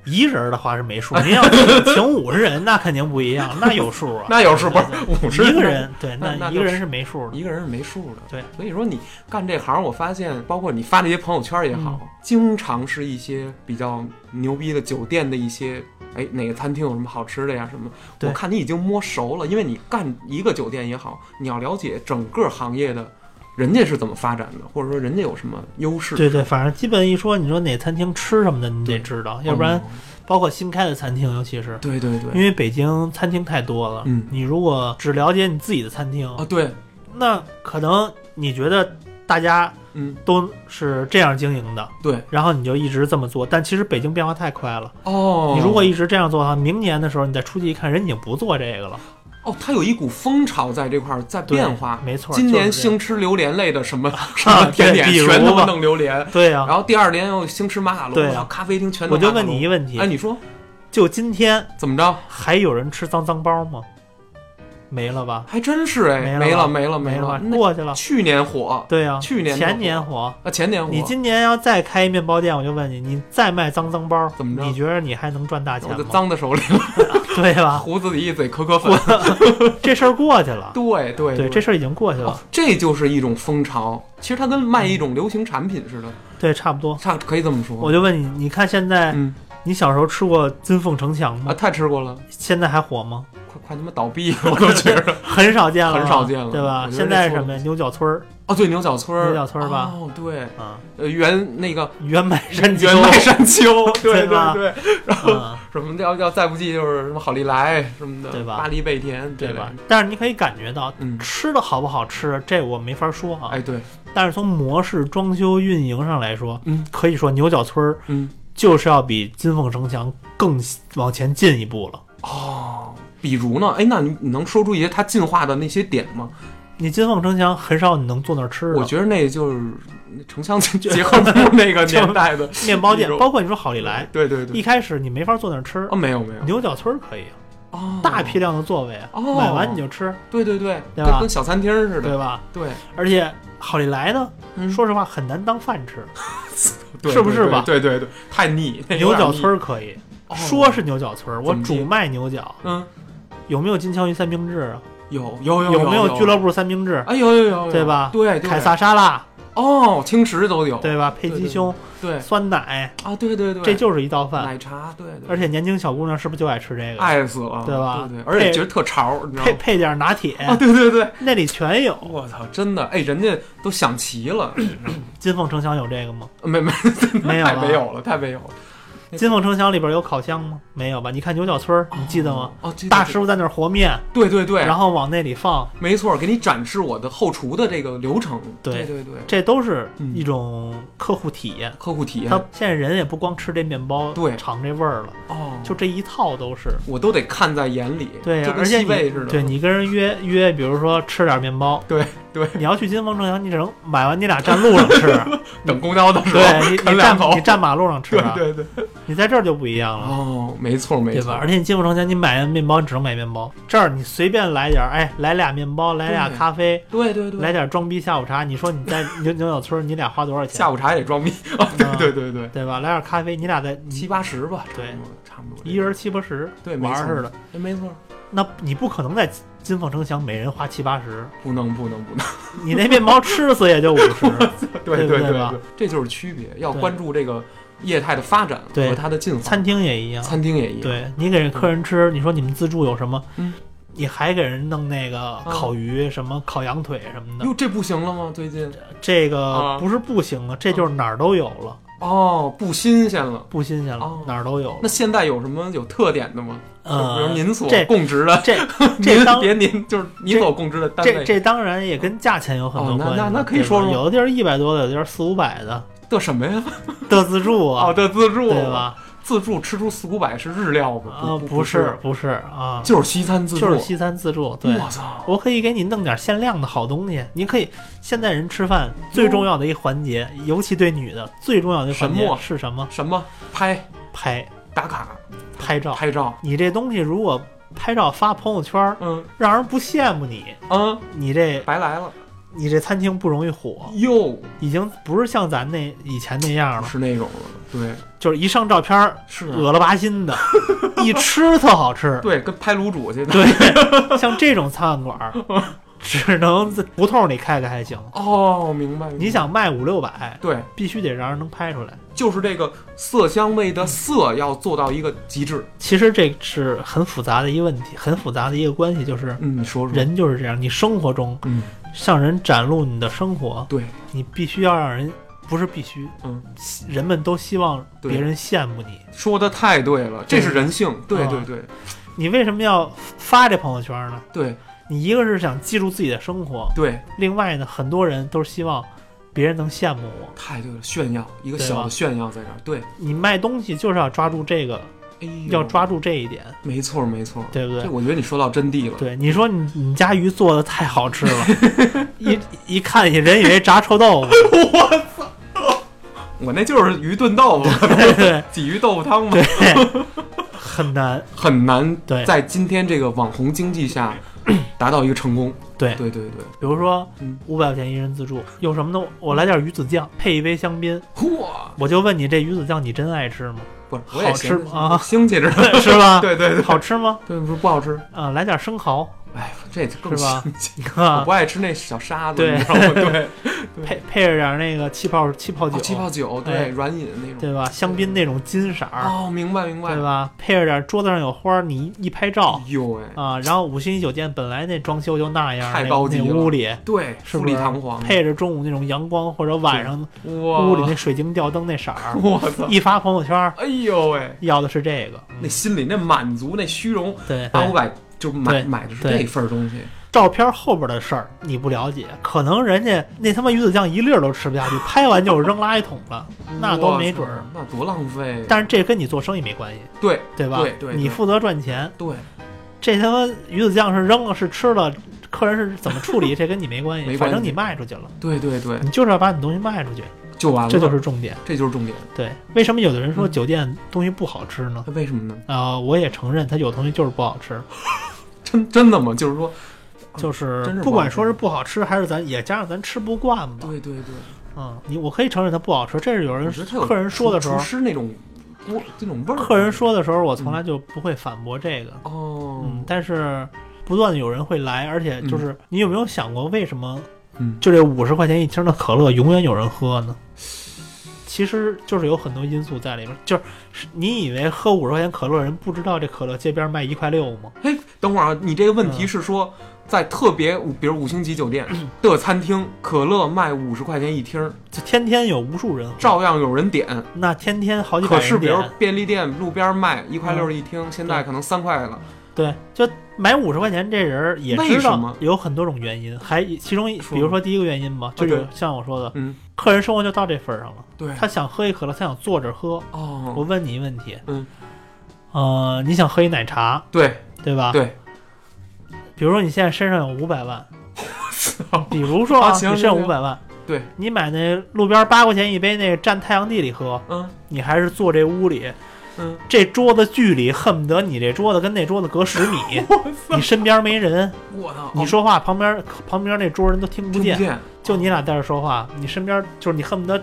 [SPEAKER 3] 一人儿的话是没 数，您要是请五十人，那肯定不一样，那有数啊。
[SPEAKER 2] 那有是不是
[SPEAKER 3] 对
[SPEAKER 2] 五十
[SPEAKER 3] 对一个人对，
[SPEAKER 2] 那那
[SPEAKER 3] 一个
[SPEAKER 2] 就
[SPEAKER 3] 人是没数的。
[SPEAKER 2] 一个人是没数的。
[SPEAKER 3] 对，
[SPEAKER 2] 所以说你干这行，我发现，包括你发那些朋友圈也好，
[SPEAKER 3] 嗯
[SPEAKER 2] 经常是一些比较牛逼的酒店的一些，哎，哪个餐厅有什么好吃的呀什么？
[SPEAKER 3] 对
[SPEAKER 2] 我看你已经摸熟了，因为你干一个酒店也好，你要了解整个行业的。人家是怎么发展的，或者说人家有什么优势？
[SPEAKER 3] 对对，反正基本一说，你说哪餐厅吃什么的，你得
[SPEAKER 2] 对
[SPEAKER 3] 知道，
[SPEAKER 2] 嗯，
[SPEAKER 3] 要不然包括新开的餐厅，尤其是
[SPEAKER 2] 对对对
[SPEAKER 3] 因，为北京餐厅太多了，
[SPEAKER 2] 嗯
[SPEAKER 3] 你如果只了解你自己的餐厅，
[SPEAKER 2] 啊对，
[SPEAKER 3] 那可能你觉得大家
[SPEAKER 2] 嗯
[SPEAKER 3] 都是这样经营的，
[SPEAKER 2] 对，
[SPEAKER 3] 然后你就一直这么做，但其实北京变化太快了，
[SPEAKER 2] 哦，
[SPEAKER 3] 你如果一直这样做的话，明年的时候你再出去一看，人已经不做这个了，
[SPEAKER 2] 哦，它有一股风潮在这块儿在变化
[SPEAKER 3] 对，没错，
[SPEAKER 2] 今年
[SPEAKER 3] 就是这样
[SPEAKER 2] 兴
[SPEAKER 3] 啊
[SPEAKER 2] 吃榴莲类的什么什么甜点，
[SPEAKER 3] 对比如
[SPEAKER 2] 全他妈
[SPEAKER 3] 吧
[SPEAKER 2] 弄榴莲。
[SPEAKER 3] 对呀、
[SPEAKER 2] 哎然后第二年又兴吃马卡龙，
[SPEAKER 3] 对啊
[SPEAKER 2] 我操咖啡厅全都
[SPEAKER 3] 我就
[SPEAKER 2] 马卡
[SPEAKER 3] 问
[SPEAKER 2] 龙
[SPEAKER 3] 你一个问题，
[SPEAKER 2] 哎，你说
[SPEAKER 3] 就今天
[SPEAKER 2] 怎么着？
[SPEAKER 3] 还有人吃脏脏包吗？没了吧，
[SPEAKER 2] 还真是哎，没
[SPEAKER 3] 没
[SPEAKER 2] 了
[SPEAKER 3] 了吧
[SPEAKER 2] 没了
[SPEAKER 3] 没
[SPEAKER 2] 了
[SPEAKER 3] 吧，。
[SPEAKER 2] 那
[SPEAKER 3] 过去了。
[SPEAKER 2] 去年火
[SPEAKER 3] 对呀、啊
[SPEAKER 2] 去年
[SPEAKER 3] 前年火，
[SPEAKER 2] 啊，前年火，
[SPEAKER 3] 你今年要再开一面包店，我就问你，你再卖脏脏包，
[SPEAKER 2] 怎么着
[SPEAKER 3] 你觉得你还能赚大钱
[SPEAKER 2] 我就
[SPEAKER 3] 吗？
[SPEAKER 2] 脏在手里了，
[SPEAKER 3] 对吧？
[SPEAKER 2] 胡子里一嘴可可粉。
[SPEAKER 3] 这事儿过去了，
[SPEAKER 2] 对对
[SPEAKER 3] 对，这事儿已经过去
[SPEAKER 2] 哦
[SPEAKER 3] 了，
[SPEAKER 2] 这就是一种风潮，其实它跟卖一种流行产品似的，
[SPEAKER 3] 对，差不多。
[SPEAKER 2] 差可以这么
[SPEAKER 3] 嗯
[SPEAKER 2] 说。
[SPEAKER 3] 我就问你，你看现在
[SPEAKER 2] 哦嗯
[SPEAKER 3] 你小时候吃过金凤城墙
[SPEAKER 2] 啊，
[SPEAKER 3] 吗？
[SPEAKER 2] 太吃过了，
[SPEAKER 3] 现在还火吗？
[SPEAKER 2] 快快他妈倒闭了， 我都觉得。
[SPEAKER 3] 很少见了吧，
[SPEAKER 2] 很少见了
[SPEAKER 3] 对吧
[SPEAKER 2] 我？觉得
[SPEAKER 3] 现在是什么呀？牛角村儿
[SPEAKER 2] 哦，对，牛角村儿，
[SPEAKER 3] 牛角村儿吧
[SPEAKER 2] 哦，对，
[SPEAKER 3] 啊，
[SPEAKER 2] 呃，原那个
[SPEAKER 3] 原麦山丘啊
[SPEAKER 2] 原麦山 丘，对
[SPEAKER 3] 对吧
[SPEAKER 2] 对，
[SPEAKER 3] 嗯
[SPEAKER 2] 什么要要再不济就是什么好利来什么的，
[SPEAKER 3] 对吧
[SPEAKER 2] 巴黎贝甜，
[SPEAKER 3] 对
[SPEAKER 2] 吧
[SPEAKER 3] 吧？？但是你可以感觉到，
[SPEAKER 2] 嗯
[SPEAKER 3] 吃的好不好吃，这我没法说啊
[SPEAKER 2] 哎，。对，
[SPEAKER 3] 但是从模式、装修、运营上来说，
[SPEAKER 2] 嗯
[SPEAKER 3] 可以说牛角村儿
[SPEAKER 2] 嗯，
[SPEAKER 3] 就是要比金凤城墙更往前进一步了。
[SPEAKER 2] 哦，比如呢，哎，那你你能说出一些它进化的那些点吗？
[SPEAKER 3] 你金凤城墙很少你能坐那儿吃的，
[SPEAKER 2] 我觉得那就是城乡结合部那 个年代的
[SPEAKER 3] 面包店
[SPEAKER 2] 一种，
[SPEAKER 3] 包括你说好利来，
[SPEAKER 2] 对对对
[SPEAKER 3] 一，开始你没法坐那儿吃
[SPEAKER 2] 啊，，没有没有，
[SPEAKER 3] 牛角村儿可以，
[SPEAKER 2] 哦，
[SPEAKER 3] 大批，量的座位，
[SPEAKER 2] 哦
[SPEAKER 3] 买完你就吃，
[SPEAKER 2] 对对对，跟
[SPEAKER 3] 对吧
[SPEAKER 2] 跟小餐厅似的，
[SPEAKER 3] 对吧？
[SPEAKER 2] 对，
[SPEAKER 3] 而且好利来呢，
[SPEAKER 2] 嗯
[SPEAKER 3] 说实话很难当饭吃，
[SPEAKER 2] 对
[SPEAKER 3] 是不是
[SPEAKER 2] 对
[SPEAKER 3] 吧
[SPEAKER 2] 对对对，太腻，那 有
[SPEAKER 3] 牛
[SPEAKER 2] 点
[SPEAKER 3] 角
[SPEAKER 2] 腻
[SPEAKER 3] 村，儿可以。
[SPEAKER 2] 哦
[SPEAKER 3] 说是牛角村儿，我
[SPEAKER 2] 怎么地
[SPEAKER 3] 主卖牛角，
[SPEAKER 2] 嗯，
[SPEAKER 3] 有没有金枪鱼三明治啊？
[SPEAKER 2] 有有有
[SPEAKER 3] 有没有俱乐部三明治？
[SPEAKER 2] 哎，有有有有，
[SPEAKER 3] 对吧
[SPEAKER 2] 对，对
[SPEAKER 3] 凯撒沙拉，
[SPEAKER 2] 哦，青石都有，
[SPEAKER 3] 对吧？配鸡胸、
[SPEAKER 2] 对
[SPEAKER 3] 酸奶，
[SPEAKER 2] 啊，对对对，
[SPEAKER 3] 这就是一道饭。
[SPEAKER 2] 奶茶，对对，
[SPEAKER 3] 而且年轻小姑娘是不是就爱吃这个？
[SPEAKER 2] 爱死了，
[SPEAKER 3] 对吧
[SPEAKER 2] 对对，而且
[SPEAKER 3] 配
[SPEAKER 2] 觉得特潮，你知道
[SPEAKER 3] 配
[SPEAKER 2] 吗？
[SPEAKER 3] 配点拿铁，
[SPEAKER 2] 啊，对对对，
[SPEAKER 3] 那里全有。
[SPEAKER 2] 我操，真的，哎，人家都想齐了，
[SPEAKER 3] 金凤城墙有这个吗？
[SPEAKER 2] 没没
[SPEAKER 3] 没有
[SPEAKER 2] 太
[SPEAKER 3] 吧
[SPEAKER 2] 哎没有了，啊太没有了，
[SPEAKER 3] 金凤城墙里边有烤箱吗？没有吧？你看牛角村儿，你记得吗？
[SPEAKER 2] 哦，这
[SPEAKER 3] 大
[SPEAKER 2] 这
[SPEAKER 3] 师傅在那儿和面，
[SPEAKER 2] 对对对，啊
[SPEAKER 3] 然后往那里放，
[SPEAKER 2] 没错，给你展示我的后厨的这个流程，对
[SPEAKER 3] 对
[SPEAKER 2] 对对，
[SPEAKER 3] 这都是
[SPEAKER 2] 嗯
[SPEAKER 3] 一种客户体验。
[SPEAKER 2] 客户体验
[SPEAKER 3] 他现在人也不光吃这面包，
[SPEAKER 2] 对
[SPEAKER 3] 尝这味儿了，
[SPEAKER 2] 哦，
[SPEAKER 3] 就这一套都是。
[SPEAKER 2] 我都得看在眼里，
[SPEAKER 3] 对呀、
[SPEAKER 2] 就
[SPEAKER 3] 而
[SPEAKER 2] 跟
[SPEAKER 3] 且
[SPEAKER 2] 西贝似
[SPEAKER 3] 你
[SPEAKER 2] 的，
[SPEAKER 3] 对你跟人约约，比如说吃点面包，
[SPEAKER 2] 对对，
[SPEAKER 3] 你要去金凤城墙，你只能买完你俩站路上 吃，
[SPEAKER 2] 等公交的时候
[SPEAKER 3] 对 你
[SPEAKER 2] 啃
[SPEAKER 3] 你
[SPEAKER 2] 两
[SPEAKER 3] 站
[SPEAKER 2] 口
[SPEAKER 3] 你，站马路上吃
[SPEAKER 2] 对
[SPEAKER 3] 啊，
[SPEAKER 2] 对对，
[SPEAKER 3] 你在这儿就不一样了，
[SPEAKER 2] 哦，没错没
[SPEAKER 3] 对
[SPEAKER 2] 错
[SPEAKER 3] 吧？，而且你金凤城墙，你买面包你只能买面包，这儿你随便来点儿，哎，来俩面包，来俩
[SPEAKER 2] 对
[SPEAKER 3] 咖啡，
[SPEAKER 2] 对对对，
[SPEAKER 3] 来点装逼下午茶，你说你在牛牛角村儿，你俩花多少钱
[SPEAKER 2] 下？午茶也装逼啊！对 对对对，
[SPEAKER 3] 对吧？来点咖啡，你俩在你
[SPEAKER 2] 七八十吧，
[SPEAKER 3] 对
[SPEAKER 2] 差不多，差不多。
[SPEAKER 3] 一人七八十，
[SPEAKER 2] 对没
[SPEAKER 3] 玩儿
[SPEAKER 2] 错
[SPEAKER 3] 似的。
[SPEAKER 2] 哎，没错，
[SPEAKER 3] 那你不可能在金凤城墙每人花七八十，
[SPEAKER 2] 不能不能不 能，
[SPEAKER 3] 你那面包吃死也就五十。
[SPEAKER 2] 对对
[SPEAKER 3] 对不对吧
[SPEAKER 2] 对，这就是区别，要
[SPEAKER 3] 对
[SPEAKER 2] 关注这个业态的发展
[SPEAKER 3] 对
[SPEAKER 2] 和它的进化。
[SPEAKER 3] 餐厅也一样，
[SPEAKER 2] 餐厅也一样，
[SPEAKER 3] 对你给人客人吃，你说你们自助有什么？
[SPEAKER 2] 嗯
[SPEAKER 3] 你还给人弄那个烤鱼、什么烤羊腿什么的，
[SPEAKER 2] 哟，这不行了吗？最近
[SPEAKER 3] 这
[SPEAKER 2] 啊
[SPEAKER 3] 个不是不行啊，这就是哪儿都有了，
[SPEAKER 2] 哦，不新鲜了。
[SPEAKER 3] 不新鲜了，
[SPEAKER 2] 哦
[SPEAKER 3] 哪儿都有了
[SPEAKER 2] 那。现在有什么有特点的吗？就比如
[SPEAKER 3] 呃，
[SPEAKER 2] 您所
[SPEAKER 3] 这
[SPEAKER 2] 供职的，
[SPEAKER 3] 这 这
[SPEAKER 2] 您
[SPEAKER 3] 当
[SPEAKER 2] 别您就是你
[SPEAKER 3] 这
[SPEAKER 2] 所供职的单
[SPEAKER 3] 这
[SPEAKER 2] 位，
[SPEAKER 3] 这当然也跟价钱有很
[SPEAKER 2] 哦
[SPEAKER 3] 多
[SPEAKER 2] 那
[SPEAKER 3] 关系
[SPEAKER 2] 那
[SPEAKER 3] 了。
[SPEAKER 2] 那可以
[SPEAKER 3] 对吧
[SPEAKER 2] 说说
[SPEAKER 3] 有的地儿一百多的，有的地儿四五百的，
[SPEAKER 2] 的什么呀？
[SPEAKER 3] 的自助
[SPEAKER 2] 哦，
[SPEAKER 3] 啊，
[SPEAKER 2] 的自助，
[SPEAKER 3] 对？吧？
[SPEAKER 2] 自助吃出四五百是日料吗？
[SPEAKER 3] 啊，
[SPEAKER 2] 不
[SPEAKER 3] 是，不是啊，
[SPEAKER 2] 就是西餐自助。
[SPEAKER 3] 就是西餐自助，对。
[SPEAKER 2] 我操！
[SPEAKER 3] 我可以给你弄点限量的好东西。你可以，现在人吃饭最重要的一个环节，尤其对女的最重要的一个环
[SPEAKER 2] 嗯什
[SPEAKER 3] 节
[SPEAKER 2] 么
[SPEAKER 3] 是什么？
[SPEAKER 2] 什么拍
[SPEAKER 3] 拍
[SPEAKER 2] 打卡
[SPEAKER 3] 拍照。
[SPEAKER 2] 拍照？
[SPEAKER 3] 你这东西如果拍照发朋友圈，
[SPEAKER 2] 嗯
[SPEAKER 3] 让人不羡慕你，
[SPEAKER 2] 嗯，
[SPEAKER 3] 你这
[SPEAKER 2] 白来了
[SPEAKER 3] 你这餐厅不容易火，
[SPEAKER 2] 哟，
[SPEAKER 3] 已经不是像咱那以前那样了，
[SPEAKER 2] 是那种了，对，
[SPEAKER 3] 就是一上照片儿
[SPEAKER 2] 是啊
[SPEAKER 3] 恶了拔 心的，一吃特好吃。
[SPEAKER 2] 对，跟拍卤煮去的。
[SPEAKER 3] 对，像这种餐馆儿，只能在胡同里开开还行。
[SPEAKER 2] 哦，明白。明白
[SPEAKER 3] 你，想卖五六百，
[SPEAKER 2] 对，
[SPEAKER 3] 必须得让人能拍出来。
[SPEAKER 2] 就是这个色香味的色要做到一个极致。
[SPEAKER 3] 其实这是很复杂的一个问题，很复杂的一个关系，就是
[SPEAKER 2] 嗯，你说说。
[SPEAKER 3] 人就是这样，你生活中
[SPEAKER 2] 嗯，
[SPEAKER 3] 向人展露你的生活，
[SPEAKER 2] 对，
[SPEAKER 3] 你必须要让人不是必须，
[SPEAKER 2] 嗯，
[SPEAKER 3] 人们都希望
[SPEAKER 2] 对
[SPEAKER 3] 别人羡慕你，
[SPEAKER 2] 说的太对了，这是人性。对
[SPEAKER 3] 啊
[SPEAKER 2] 对对
[SPEAKER 3] 你为什么要发这朋友圈呢？
[SPEAKER 2] 对
[SPEAKER 3] 你一个是想记录自己的生活，
[SPEAKER 2] 对，
[SPEAKER 3] 另外呢，很多人都是希望别人能羡慕我。
[SPEAKER 2] 太对了，炫耀一个
[SPEAKER 3] 对啊
[SPEAKER 2] 小
[SPEAKER 3] 吧
[SPEAKER 2] 的炫耀在这儿。对，
[SPEAKER 3] 你卖东西就是要抓住这个，
[SPEAKER 2] 哎呦
[SPEAKER 3] 要抓，住这一点，
[SPEAKER 2] 没错没错。
[SPEAKER 3] 对不
[SPEAKER 2] 这
[SPEAKER 3] 对？
[SPEAKER 2] 我觉得你说到真谛了。
[SPEAKER 3] 对，你说你你家鱼做的太好吃了， 一一看人以为炸臭豆腐，
[SPEAKER 2] 我那就是鱼炖豆腐，
[SPEAKER 3] 对对
[SPEAKER 2] 鲫鱼豆腐汤嘛，
[SPEAKER 3] 对，很难，
[SPEAKER 2] 很难
[SPEAKER 3] 对
[SPEAKER 2] 在今天这个网红经济下达到一个成功。
[SPEAKER 3] 对
[SPEAKER 2] 对对对，
[SPEAKER 3] 比如说
[SPEAKER 2] 嗯
[SPEAKER 3] 五百块钱一人自助，有什么呢？我来点鱼子酱，配一杯香槟。
[SPEAKER 2] 嚯，
[SPEAKER 3] 我就问你，这鱼子酱你真爱吃 吗？
[SPEAKER 2] 不是我也
[SPEAKER 3] 好吃
[SPEAKER 2] 嫌
[SPEAKER 3] 吗？
[SPEAKER 2] 兴起着呢。
[SPEAKER 3] 啊，是吧？
[SPEAKER 2] 对对对，
[SPEAKER 3] 好吃吗？
[SPEAKER 2] 对不是不好吃，
[SPEAKER 3] 啊，来点生蚝，
[SPEAKER 2] 哎，这就更
[SPEAKER 3] 是吧
[SPEAKER 2] 兴起？我
[SPEAKER 3] 啊
[SPEAKER 2] 不，爱吃那小沙子，
[SPEAKER 3] 对
[SPEAKER 2] 你知道 吗？对，
[SPEAKER 3] 配配着点那个气泡气泡酒，
[SPEAKER 2] 哦气泡酒，
[SPEAKER 3] 哎
[SPEAKER 2] 对，软饮那种。
[SPEAKER 3] 对吧？香槟那种金色儿，
[SPEAKER 2] 哦，明白明白。
[SPEAKER 3] 对吧？配着点桌子上有花儿，你一拍照
[SPEAKER 2] 哎呦喂，
[SPEAKER 3] 啊，然后五星级酒店本来那装修就那样，
[SPEAKER 2] 太
[SPEAKER 3] 那
[SPEAKER 2] 高级
[SPEAKER 3] 那
[SPEAKER 2] 了嗯
[SPEAKER 3] 屋里
[SPEAKER 2] 对，
[SPEAKER 3] 是
[SPEAKER 2] 富
[SPEAKER 3] 不
[SPEAKER 2] 丽
[SPEAKER 3] 是
[SPEAKER 2] 堂皇，
[SPEAKER 3] 配着中午那种阳光或者晚上
[SPEAKER 2] 哇，
[SPEAKER 3] 屋里那水晶吊灯那色儿，
[SPEAKER 2] 我操，
[SPEAKER 3] 一发朋友圈儿
[SPEAKER 2] 哎呦喂，
[SPEAKER 3] 要的是这个，嗯
[SPEAKER 2] 那心里那满足那虚荣，
[SPEAKER 3] 对，
[SPEAKER 2] 八五百就买
[SPEAKER 3] 对
[SPEAKER 2] 买的是
[SPEAKER 3] 对
[SPEAKER 2] 这份儿东西，
[SPEAKER 3] 照片后边的事儿你不了解，可能人家那他妈鱼子酱一粒儿都吃不下去，拍完就扔垃圾桶了，那都没准儿
[SPEAKER 2] 哇塞，那多浪费。啊
[SPEAKER 3] 但是这跟你做生意没关系，
[SPEAKER 2] 对
[SPEAKER 3] 对吧？
[SPEAKER 2] 对对对
[SPEAKER 3] 你负责赚钱，
[SPEAKER 2] 对，
[SPEAKER 3] 这他妈鱼子酱是扔了是吃了，客人是怎么 处理，这跟你没关系，
[SPEAKER 2] 没关系
[SPEAKER 3] 反正你卖出去了，
[SPEAKER 2] 对对对，
[SPEAKER 3] 你就是要把你东西卖出去，
[SPEAKER 2] 就完了，
[SPEAKER 3] 这就是重点。
[SPEAKER 2] 这就是重点。
[SPEAKER 3] 对，为什么有的人说
[SPEAKER 2] 嗯
[SPEAKER 3] 酒店东西不好吃呢？
[SPEAKER 2] 那为什么呢？
[SPEAKER 3] 啊、我也承认它有东西就是不好吃，
[SPEAKER 2] 真真的吗？就是说，
[SPEAKER 3] 就是
[SPEAKER 2] 嗯真是不好吃
[SPEAKER 3] 不管说是不好吃还是咱也加上咱吃不惯吧，
[SPEAKER 2] 对对对，
[SPEAKER 3] 嗯，你我可以承认它不好吃，这是有
[SPEAKER 2] 我
[SPEAKER 3] 人
[SPEAKER 2] 觉得他有
[SPEAKER 3] 客人说的时
[SPEAKER 2] 厨
[SPEAKER 3] 候
[SPEAKER 2] 厨，师那种锅那种味儿，
[SPEAKER 3] 客人说的时候，我从来就不会反驳这个，
[SPEAKER 2] 哦
[SPEAKER 3] 嗯，，但是不断的有人会来，而且就是、你有没有想过为什么
[SPEAKER 2] 嗯，
[SPEAKER 3] 就这五十块钱一听的可乐永远有人喝呢？其实就是有很多因素在里面，就是你以为喝五十块钱可乐的人不知道这可乐街边卖一块六吗？
[SPEAKER 2] 哎，等会儿啊，你这个问题
[SPEAKER 3] 嗯
[SPEAKER 2] 是说，在特别五，比如五星级酒店的餐厅，可乐卖五十块钱一听儿，
[SPEAKER 3] 就天天有无数人喝，
[SPEAKER 2] 照样有人点。
[SPEAKER 3] 那天天好几百
[SPEAKER 2] 可是，
[SPEAKER 3] 人
[SPEAKER 2] 比如
[SPEAKER 3] 点，嗯
[SPEAKER 2] 便利店路边卖一块六一听，现在可能三块了。
[SPEAKER 3] 对，就买五十块钱这人儿也
[SPEAKER 2] 为
[SPEAKER 3] 知
[SPEAKER 2] 什
[SPEAKER 3] 道
[SPEAKER 2] 么
[SPEAKER 3] 有很多种原因，还其中一
[SPEAKER 2] 说
[SPEAKER 3] 比如说第一个原因吧，就
[SPEAKER 2] 对
[SPEAKER 3] 是像我说的，
[SPEAKER 2] 嗯，
[SPEAKER 3] 客人生活就到这份儿上了，
[SPEAKER 2] 对，
[SPEAKER 3] 他想喝一可乐，他想坐着喝。我
[SPEAKER 2] 哦，
[SPEAKER 3] 问你一问题，
[SPEAKER 2] 嗯，
[SPEAKER 3] 呃，你想喝一奶茶，
[SPEAKER 2] 对
[SPEAKER 3] 对吧？
[SPEAKER 2] 对，
[SPEAKER 3] 比如说你现在身上有五百万，
[SPEAKER 2] 操
[SPEAKER 3] 比如说啊，
[SPEAKER 2] 啊
[SPEAKER 3] 你
[SPEAKER 2] 行
[SPEAKER 3] 身上
[SPEAKER 2] 行
[SPEAKER 3] 五百万，
[SPEAKER 2] 对，
[SPEAKER 3] 你买那路边八块钱一杯那个站太阳地里喝，
[SPEAKER 2] 嗯
[SPEAKER 3] 你还是坐这屋里，
[SPEAKER 2] 嗯，
[SPEAKER 3] 这桌子距离恨不得你这桌子跟那桌子隔 十米，你身边没人，
[SPEAKER 2] 我操，
[SPEAKER 3] 你
[SPEAKER 2] 哦
[SPEAKER 3] 说话旁边旁边那桌人都听不
[SPEAKER 2] 听不
[SPEAKER 3] 见，
[SPEAKER 2] 见，
[SPEAKER 3] 就你俩在这说话，你身边就是你恨不得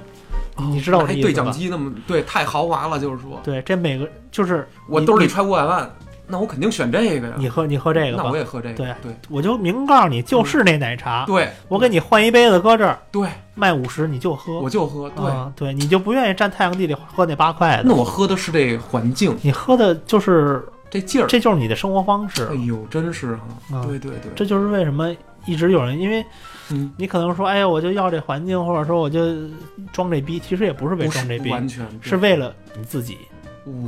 [SPEAKER 2] 哦
[SPEAKER 3] 你知道我的
[SPEAKER 2] 还
[SPEAKER 3] 意思
[SPEAKER 2] 对讲
[SPEAKER 3] 吧
[SPEAKER 2] 机那么对，太豪华了，就是说
[SPEAKER 3] 对这每个就是
[SPEAKER 2] 我
[SPEAKER 3] 你
[SPEAKER 2] 兜里
[SPEAKER 3] 你
[SPEAKER 2] 揣五百万，那我肯定选这个呀。
[SPEAKER 3] 你喝你喝这个
[SPEAKER 2] 那
[SPEAKER 3] 吧
[SPEAKER 2] 我，也喝这个，
[SPEAKER 3] 对
[SPEAKER 2] 对
[SPEAKER 3] 我就明告诉你就是那奶茶，
[SPEAKER 2] 嗯对
[SPEAKER 3] 我给你换一杯子搁这儿
[SPEAKER 2] 对，
[SPEAKER 3] 卖五十你就喝
[SPEAKER 2] 我，就喝对。嗯
[SPEAKER 3] 啊对，你就不愿意站太阳地里喝那八块的
[SPEAKER 2] 那，我喝的是这环境，
[SPEAKER 3] 你喝的就是
[SPEAKER 2] 这劲儿。
[SPEAKER 3] 这就是你的生活方式
[SPEAKER 2] 哎，呦，真是哈、
[SPEAKER 3] 啊
[SPEAKER 2] 对对对，
[SPEAKER 3] 这就是为什么一直有人，因为
[SPEAKER 2] 嗯，
[SPEAKER 3] 你可能说，哎呀，我就要这环境，或者说我就呃装这逼，其实也不是为
[SPEAKER 2] 不
[SPEAKER 3] 装这
[SPEAKER 2] 是
[SPEAKER 3] 逼，
[SPEAKER 2] 完全对
[SPEAKER 3] 是为了你自己。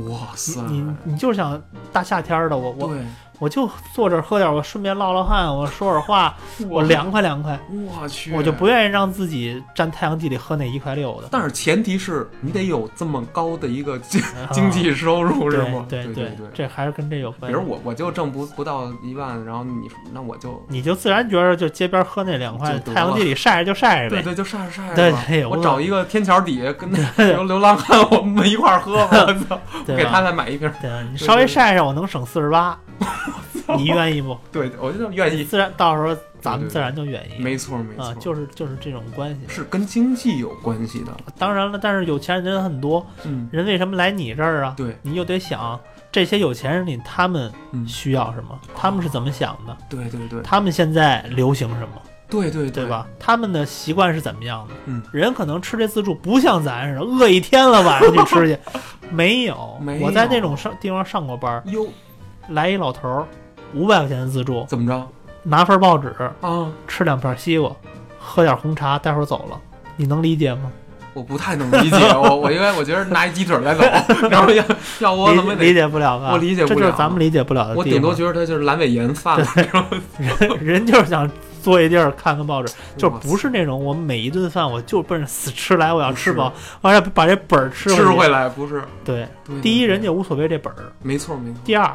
[SPEAKER 2] 哇塞，
[SPEAKER 3] 你你你就想大夏天儿的，我我
[SPEAKER 2] 对
[SPEAKER 3] 我就坐这儿喝点儿，我顺便落落汗，我说会儿话，我凉快凉快，
[SPEAKER 2] 我去，
[SPEAKER 3] 我就不。愿意让自己站太阳地里喝那一块六的。
[SPEAKER 2] 但是前提是你得有这么高的一个经
[SPEAKER 3] 啊
[SPEAKER 2] 经济收入，是
[SPEAKER 3] 对
[SPEAKER 2] 吗？
[SPEAKER 3] 对
[SPEAKER 2] 对对。
[SPEAKER 3] 这还是跟这有关
[SPEAKER 2] 比
[SPEAKER 3] 系
[SPEAKER 2] 如。我我就挣不不到一万，然后你那我就
[SPEAKER 3] 你就自然觉着就街边喝那两块，
[SPEAKER 2] 就得
[SPEAKER 3] 太阳地里晒着就晒着
[SPEAKER 2] 对
[SPEAKER 3] 呗。
[SPEAKER 2] 对就晒着晒
[SPEAKER 3] 对
[SPEAKER 2] 着吧
[SPEAKER 3] 对。
[SPEAKER 2] 我
[SPEAKER 3] 我
[SPEAKER 2] 找一个天桥底下跟那流流浪汉，我们一块儿喝， 我操，
[SPEAKER 3] 对
[SPEAKER 2] 给
[SPEAKER 3] 吧
[SPEAKER 2] 他再买一瓶。
[SPEAKER 3] 对啊，你
[SPEAKER 2] 对
[SPEAKER 3] 稍微
[SPEAKER 2] 对
[SPEAKER 3] 晒晒，我能省四十 八，你愿意不？
[SPEAKER 2] 对，我就愿意。
[SPEAKER 3] 自然到时候哎咱们
[SPEAKER 2] 对对
[SPEAKER 3] 自然就愿意。
[SPEAKER 2] 没错没错，，
[SPEAKER 3] 啊就是就是这种关系。
[SPEAKER 2] 是跟经济有关系的。
[SPEAKER 3] 当然了，但是有钱人很多，
[SPEAKER 2] 嗯，
[SPEAKER 3] 人为什么来你这儿啊？
[SPEAKER 2] 对
[SPEAKER 3] 你又得想这些有钱人里他们
[SPEAKER 2] 嗯
[SPEAKER 3] 需要什么，他们是怎么想的，
[SPEAKER 2] 对对对
[SPEAKER 3] 他们现在流行什么，
[SPEAKER 2] 对对
[SPEAKER 3] 对？吧？他们的习惯是怎么样的？
[SPEAKER 2] 嗯，
[SPEAKER 3] 人可能吃这自助不像咱似的，饿一天了晚上去 吃去，没有，
[SPEAKER 2] 没
[SPEAKER 3] 我在
[SPEAKER 2] 有
[SPEAKER 3] 那种上地方上过班儿，
[SPEAKER 2] 哟，
[SPEAKER 3] 来一老头儿，五百块钱的自助，
[SPEAKER 2] 怎么着
[SPEAKER 3] 拿份报纸，
[SPEAKER 2] 啊？
[SPEAKER 3] 吃两片西瓜，喝点红茶，待会儿走了，你能理解吗？
[SPEAKER 2] 我不太能 理解，我我因为我觉得拿一鸡腿儿在走，然后要要我怎么
[SPEAKER 3] 理理
[SPEAKER 2] 得，
[SPEAKER 3] 解不了吧？
[SPEAKER 2] 我理解不了
[SPEAKER 3] 这就是咱们理解不了的地方。
[SPEAKER 2] 我顶多觉得他就是阑尾炎犯了，你知道吗？
[SPEAKER 3] 人 人就是想坐一地儿看看 报纸，就
[SPEAKER 2] 哇塞
[SPEAKER 3] 不是那种我每一顿饭我就奔着死吃来，我要
[SPEAKER 2] 不
[SPEAKER 3] 吃
[SPEAKER 2] 是
[SPEAKER 3] 饱，我要把这本儿吃
[SPEAKER 2] 吃
[SPEAKER 3] 回
[SPEAKER 2] 回
[SPEAKER 3] 去。
[SPEAKER 2] 来不是？
[SPEAKER 3] 对，
[SPEAKER 2] 对
[SPEAKER 3] 第一人家无所谓这本儿，
[SPEAKER 2] 没错没错，
[SPEAKER 3] 第二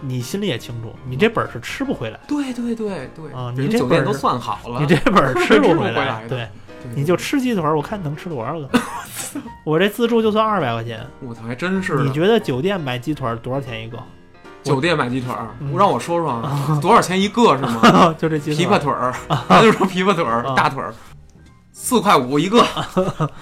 [SPEAKER 3] 你心里也清楚，你这本儿是吃不回来，
[SPEAKER 2] 对对对对
[SPEAKER 3] 啊，你
[SPEAKER 2] 人
[SPEAKER 3] 这
[SPEAKER 2] 家酒
[SPEAKER 3] 本
[SPEAKER 2] 店
[SPEAKER 3] 儿
[SPEAKER 2] 都算好了，
[SPEAKER 3] 你这本 儿吃
[SPEAKER 2] 吃不
[SPEAKER 3] 回
[SPEAKER 2] 回来的
[SPEAKER 3] 对，
[SPEAKER 2] 对
[SPEAKER 3] 你就吃鸡腿儿，我看你能吃多少 个。我这自助就算二百块钱，
[SPEAKER 2] 我操，还真是
[SPEAKER 3] 你
[SPEAKER 2] 的。
[SPEAKER 3] 觉得酒店买鸡腿儿多少钱一个？
[SPEAKER 2] 酒店买鸡腿儿，
[SPEAKER 3] 嗯
[SPEAKER 2] 我让我说说啊，多少钱一个是 吗？
[SPEAKER 3] 就这鸡
[SPEAKER 2] 琵
[SPEAKER 3] 腿
[SPEAKER 2] 琶
[SPEAKER 3] 儿，
[SPEAKER 2] 腿儿，咱就说琵琶腿儿
[SPEAKER 3] 啊，
[SPEAKER 2] 大腿儿，四块五 一个，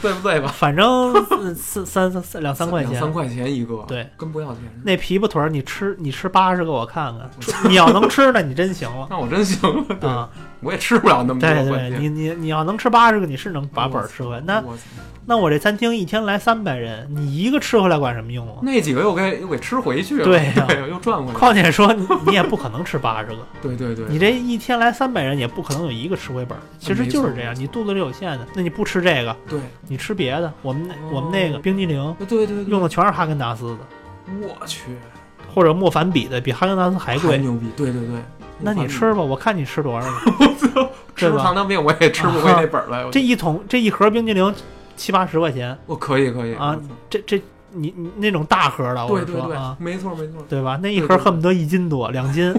[SPEAKER 2] 对不对吧？
[SPEAKER 3] 反正呃四三三三两三块
[SPEAKER 2] 两三
[SPEAKER 3] 钱。
[SPEAKER 2] 块钱一个，
[SPEAKER 3] 对，
[SPEAKER 2] 跟不要钱似的。
[SPEAKER 3] 那琵琶腿儿你吃你吃八十个我看 看，你要能吃那你真行了。
[SPEAKER 2] 那我真行了，对，
[SPEAKER 3] 啊，
[SPEAKER 2] 我也吃不了那么多，
[SPEAKER 3] 对
[SPEAKER 2] 关
[SPEAKER 3] 对，
[SPEAKER 2] 键
[SPEAKER 3] 你你你要能吃八十个，你是能把本儿吃回来。那
[SPEAKER 2] 我操
[SPEAKER 3] 那我这餐厅一天来三百人，你一个吃回来管什么用啊？
[SPEAKER 2] 那几个又给又给吃回去了，
[SPEAKER 3] 对啊呀
[SPEAKER 2] 对，又赚回来了，
[SPEAKER 3] 况且说你你也不可能吃八十个，
[SPEAKER 2] 对对对，
[SPEAKER 3] 你这一天来三百人也不可能有一个吃回本儿。其实就是这样，
[SPEAKER 2] 没错
[SPEAKER 3] 你肚子是有限的，那你不吃这个，
[SPEAKER 2] 对
[SPEAKER 3] 你吃别的。我们那
[SPEAKER 2] 哦
[SPEAKER 3] 我们那个冰激凌
[SPEAKER 2] 对对对，
[SPEAKER 3] 用的全是哈根达斯的，
[SPEAKER 2] 我去，
[SPEAKER 3] 或者莫凡比的，比哈根达斯还
[SPEAKER 2] 太
[SPEAKER 3] 贵。
[SPEAKER 2] 牛逼，对对对，
[SPEAKER 3] 那你吃吧，我看你吃多 少个。
[SPEAKER 2] 吃
[SPEAKER 3] 对吧啊
[SPEAKER 2] 糖尿病我也吃不回那本儿来，我
[SPEAKER 3] 这一桶这一盒冰激凌七八十块钱，
[SPEAKER 2] 我可以可以
[SPEAKER 3] 啊
[SPEAKER 2] 我操
[SPEAKER 3] 这这你你那种大盒的，我
[SPEAKER 2] 对
[SPEAKER 3] 是
[SPEAKER 2] 对
[SPEAKER 3] 说啊
[SPEAKER 2] 对，，没错没错，
[SPEAKER 3] 对吧？那一
[SPEAKER 2] 对
[SPEAKER 3] 盒
[SPEAKER 2] 对对
[SPEAKER 3] 恨不得一斤多，两 斤。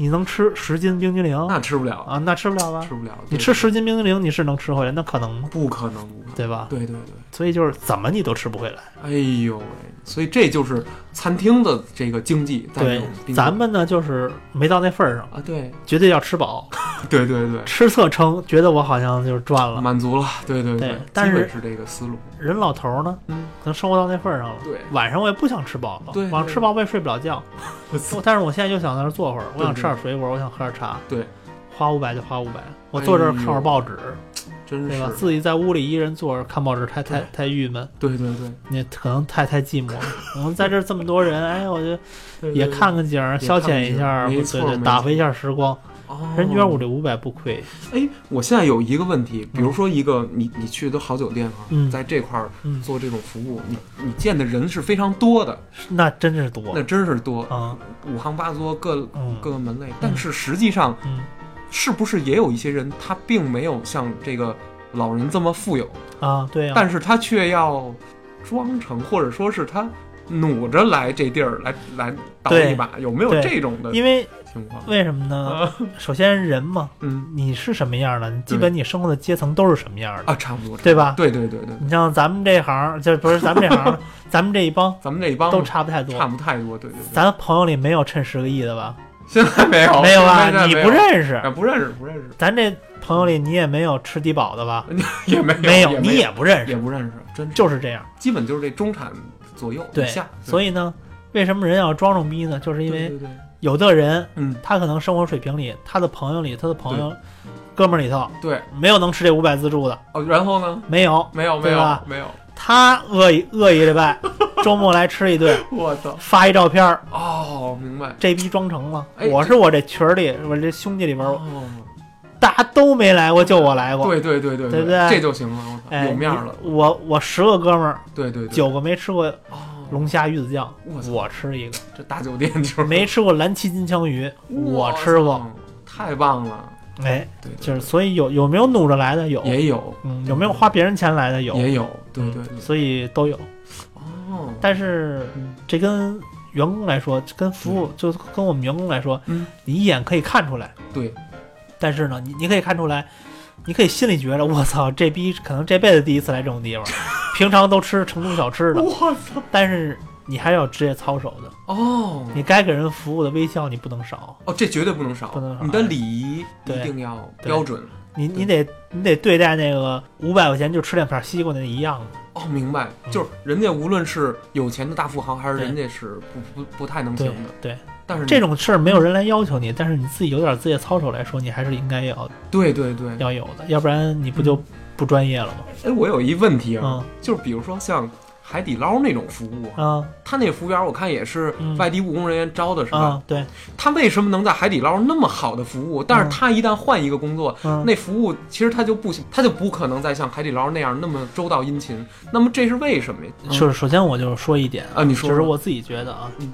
[SPEAKER 3] 你能吃十斤冰激凌
[SPEAKER 2] 那吃不了，
[SPEAKER 3] 啊？那吃不了吧？
[SPEAKER 2] 吃不了，
[SPEAKER 3] 你
[SPEAKER 2] 对
[SPEAKER 3] 吃十斤冰激凌，你是能吃回来？那可能吗？
[SPEAKER 2] 不可能不可能，
[SPEAKER 3] 对啊吧？
[SPEAKER 2] 对对对，
[SPEAKER 3] 所以就是怎么你都吃不回来。
[SPEAKER 2] 哎呦喂，所以这就是餐厅的这个经济，在这
[SPEAKER 3] 对
[SPEAKER 2] 种宾馆，
[SPEAKER 3] 咱们呢就是没到那份儿上，
[SPEAKER 2] 啊对
[SPEAKER 3] 绝对要吃 饱，
[SPEAKER 2] 对对对。
[SPEAKER 3] 吃侧撑，觉得我好像就是赚了。
[SPEAKER 2] 满足了，对对
[SPEAKER 3] 对但是
[SPEAKER 2] 基本是这个思路，
[SPEAKER 3] 人老头儿呢，
[SPEAKER 2] 嗯，
[SPEAKER 3] 可能生活到那份儿上了。
[SPEAKER 2] 对
[SPEAKER 3] 晚上我也不想吃饱了，
[SPEAKER 2] 对对
[SPEAKER 3] 晚上吃饱我也睡不 了觉。
[SPEAKER 2] 我操
[SPEAKER 3] 我但是我现在就想在那儿坐会儿，我想
[SPEAKER 2] 对对
[SPEAKER 3] 吃点水果，我想喝点茶。
[SPEAKER 2] 对，
[SPEAKER 3] 花五百就花五百，我坐这儿看会儿报纸，
[SPEAKER 2] 真
[SPEAKER 3] 对
[SPEAKER 2] 是
[SPEAKER 3] 吧？自己在屋里一人坐着看报纸，太太太郁闷，
[SPEAKER 2] 对对对
[SPEAKER 3] 也可能太太 寂寞了。我们在这儿这么多人，哎，我就
[SPEAKER 2] 对，
[SPEAKER 3] 也
[SPEAKER 2] 对
[SPEAKER 3] 看看景儿，
[SPEAKER 2] 对
[SPEAKER 3] 消遣一
[SPEAKER 2] 也看
[SPEAKER 3] 下，
[SPEAKER 2] 看景儿没
[SPEAKER 3] 对
[SPEAKER 2] 错
[SPEAKER 3] 对，
[SPEAKER 2] 没错
[SPEAKER 3] 打发一下时光。
[SPEAKER 2] 哦
[SPEAKER 3] 人觉得我这五百不亏，
[SPEAKER 2] 哎，我现在有一个问题，比如说一个你你去的好酒店啊，
[SPEAKER 3] 嗯
[SPEAKER 2] 在这块儿
[SPEAKER 3] 嗯，
[SPEAKER 2] 做这种服务，你你见的人是非常多的，
[SPEAKER 3] 那真是多
[SPEAKER 2] 那真是多，
[SPEAKER 3] 啊，
[SPEAKER 2] 五行八作各
[SPEAKER 3] 嗯
[SPEAKER 2] 各个门类。但是实际上，
[SPEAKER 3] 嗯
[SPEAKER 2] 是不是也有一些人他并没有像这个老人这么富有，
[SPEAKER 3] 啊，对呀，
[SPEAKER 2] 但是他却要装成，或者说是他努着来这地儿来来倒
[SPEAKER 3] 对
[SPEAKER 2] 一把，有没有
[SPEAKER 3] 对
[SPEAKER 2] 这种的
[SPEAKER 3] 因为
[SPEAKER 2] 情况？
[SPEAKER 3] 为什么
[SPEAKER 2] 啊
[SPEAKER 3] 呢？首先人嘛，
[SPEAKER 2] 嗯
[SPEAKER 3] 你是什么样的，基本你生活的阶层都是什么样的，
[SPEAKER 2] 啊，差不多，
[SPEAKER 3] 对吧？
[SPEAKER 2] 对对对对，
[SPEAKER 3] 你像咱们这行，就不是咱们这行，咱们这一帮
[SPEAKER 2] 咱们这一帮
[SPEAKER 3] 都差不太
[SPEAKER 2] 差
[SPEAKER 3] 多。
[SPEAKER 2] 不太多，对对对。
[SPEAKER 3] 咱朋友里没有趁十个亿的吧？
[SPEAKER 2] 现在没有，
[SPEAKER 3] 没有吧
[SPEAKER 2] 现在？
[SPEAKER 3] 你
[SPEAKER 2] 没有
[SPEAKER 3] 不认识，
[SPEAKER 2] 啊？不认识，不认识，
[SPEAKER 3] 咱这朋友里你也没有吃低保的吧？
[SPEAKER 2] 也没有，
[SPEAKER 3] 没
[SPEAKER 2] 有，
[SPEAKER 3] 你也不认识，
[SPEAKER 2] 也不认识，真是
[SPEAKER 3] 就是这样。
[SPEAKER 2] 基本就是这中产左右
[SPEAKER 3] 对
[SPEAKER 2] 以下，
[SPEAKER 3] 所
[SPEAKER 2] 以
[SPEAKER 3] 以呢，为什么人要装装逼呢？就是因为
[SPEAKER 2] 对对对，
[SPEAKER 3] 有的人
[SPEAKER 2] 嗯，
[SPEAKER 3] 他可能生活水平里，他的朋友里，他的朋友哥们儿里头
[SPEAKER 2] 对，
[SPEAKER 3] 没有能吃这五百自助的，
[SPEAKER 2] 哦，然后呢？
[SPEAKER 3] 没有。
[SPEAKER 2] 没有，没
[SPEAKER 3] 对吧
[SPEAKER 2] 有，没有，
[SPEAKER 3] 他饿一饿一 礼拜，周末来吃一顿，
[SPEAKER 2] 我操！
[SPEAKER 3] 发一照片儿，
[SPEAKER 2] 哦，明白。
[SPEAKER 3] 这逼装成了。
[SPEAKER 2] 哎
[SPEAKER 3] 我是我这群儿里，我这兄弟里边儿，
[SPEAKER 2] 哦，
[SPEAKER 3] 大家都没来过，就我来过。
[SPEAKER 2] 对对对对
[SPEAKER 3] 对不对
[SPEAKER 2] 对，这就行了，我操，
[SPEAKER 3] 哎，
[SPEAKER 2] 有面儿了。
[SPEAKER 3] 你我我十个哥们儿，
[SPEAKER 2] 对对对，
[SPEAKER 3] 九个没吃过
[SPEAKER 2] 哦，
[SPEAKER 3] 龙虾鱼子酱，
[SPEAKER 2] 我操
[SPEAKER 3] 我吃一个；
[SPEAKER 2] 这大酒店就是
[SPEAKER 3] 没吃过蓝鳍金枪鱼，我吃，过。
[SPEAKER 2] 哇太棒了。
[SPEAKER 3] 哎，
[SPEAKER 2] 对，对
[SPEAKER 3] 就是所以有有没有努着来的有，
[SPEAKER 2] 也有，
[SPEAKER 3] 嗯，有没有花别人钱来的有，
[SPEAKER 2] 也有，对对
[SPEAKER 3] 嗯
[SPEAKER 2] 对。
[SPEAKER 3] 所以都有。
[SPEAKER 2] 哦，
[SPEAKER 3] 但是
[SPEAKER 2] 嗯
[SPEAKER 3] 这跟员工来说，跟服务就跟我们员工来说，
[SPEAKER 2] 嗯
[SPEAKER 3] 你一眼可以看出来。
[SPEAKER 2] 对，
[SPEAKER 3] 但是呢，你你可以看出来，你可以心里觉着，我操，这逼可能这辈子第一次来这种 地方，平常都吃成都小吃的，
[SPEAKER 2] 我操！
[SPEAKER 3] 但是你还要职业操守的，
[SPEAKER 2] 哦，
[SPEAKER 3] 你该给人服务的微笑你不能少，
[SPEAKER 2] 哦，这绝对不能少，
[SPEAKER 3] 不能少哎
[SPEAKER 2] 你的礼仪
[SPEAKER 3] 对
[SPEAKER 2] 一定要标准。
[SPEAKER 3] 你你得你得对待那个五百块钱就吃两片西瓜的那一样的，
[SPEAKER 2] 哦，明白，
[SPEAKER 3] 嗯
[SPEAKER 2] 就是人家无论是有钱的大富豪，还是
[SPEAKER 3] 对
[SPEAKER 2] 人家是不不不太能行
[SPEAKER 3] 对
[SPEAKER 2] 的，
[SPEAKER 3] 对，
[SPEAKER 2] 但是你
[SPEAKER 3] 这种事儿没有人来要求你，但是你自己有点自己的操守来说，你还是应该要
[SPEAKER 2] 对对对，
[SPEAKER 3] 要
[SPEAKER 2] 嗯
[SPEAKER 3] 有的，要不然你不就不专业了吗？
[SPEAKER 2] 哎，我有一问题啊，
[SPEAKER 3] 嗯
[SPEAKER 2] 就是比如说像海底捞那种服务，
[SPEAKER 3] 啊
[SPEAKER 2] 他那服务员我看也是
[SPEAKER 3] 嗯
[SPEAKER 2] 外地务工人员招嗯的是吧？
[SPEAKER 3] 啊，对，
[SPEAKER 2] 他为什么能在海底捞那么好的服务？但是
[SPEAKER 3] 嗯
[SPEAKER 2] 他一旦换一个工作，
[SPEAKER 3] 嗯，
[SPEAKER 2] 那服务其实他就不他就不可能再像海底捞那样那么周到殷勤。那么这是为什么呀？嗯
[SPEAKER 3] 就是首先我就说一点
[SPEAKER 2] 啊你说
[SPEAKER 3] 就是
[SPEAKER 2] 说
[SPEAKER 3] 我自己觉得啊
[SPEAKER 2] 嗯，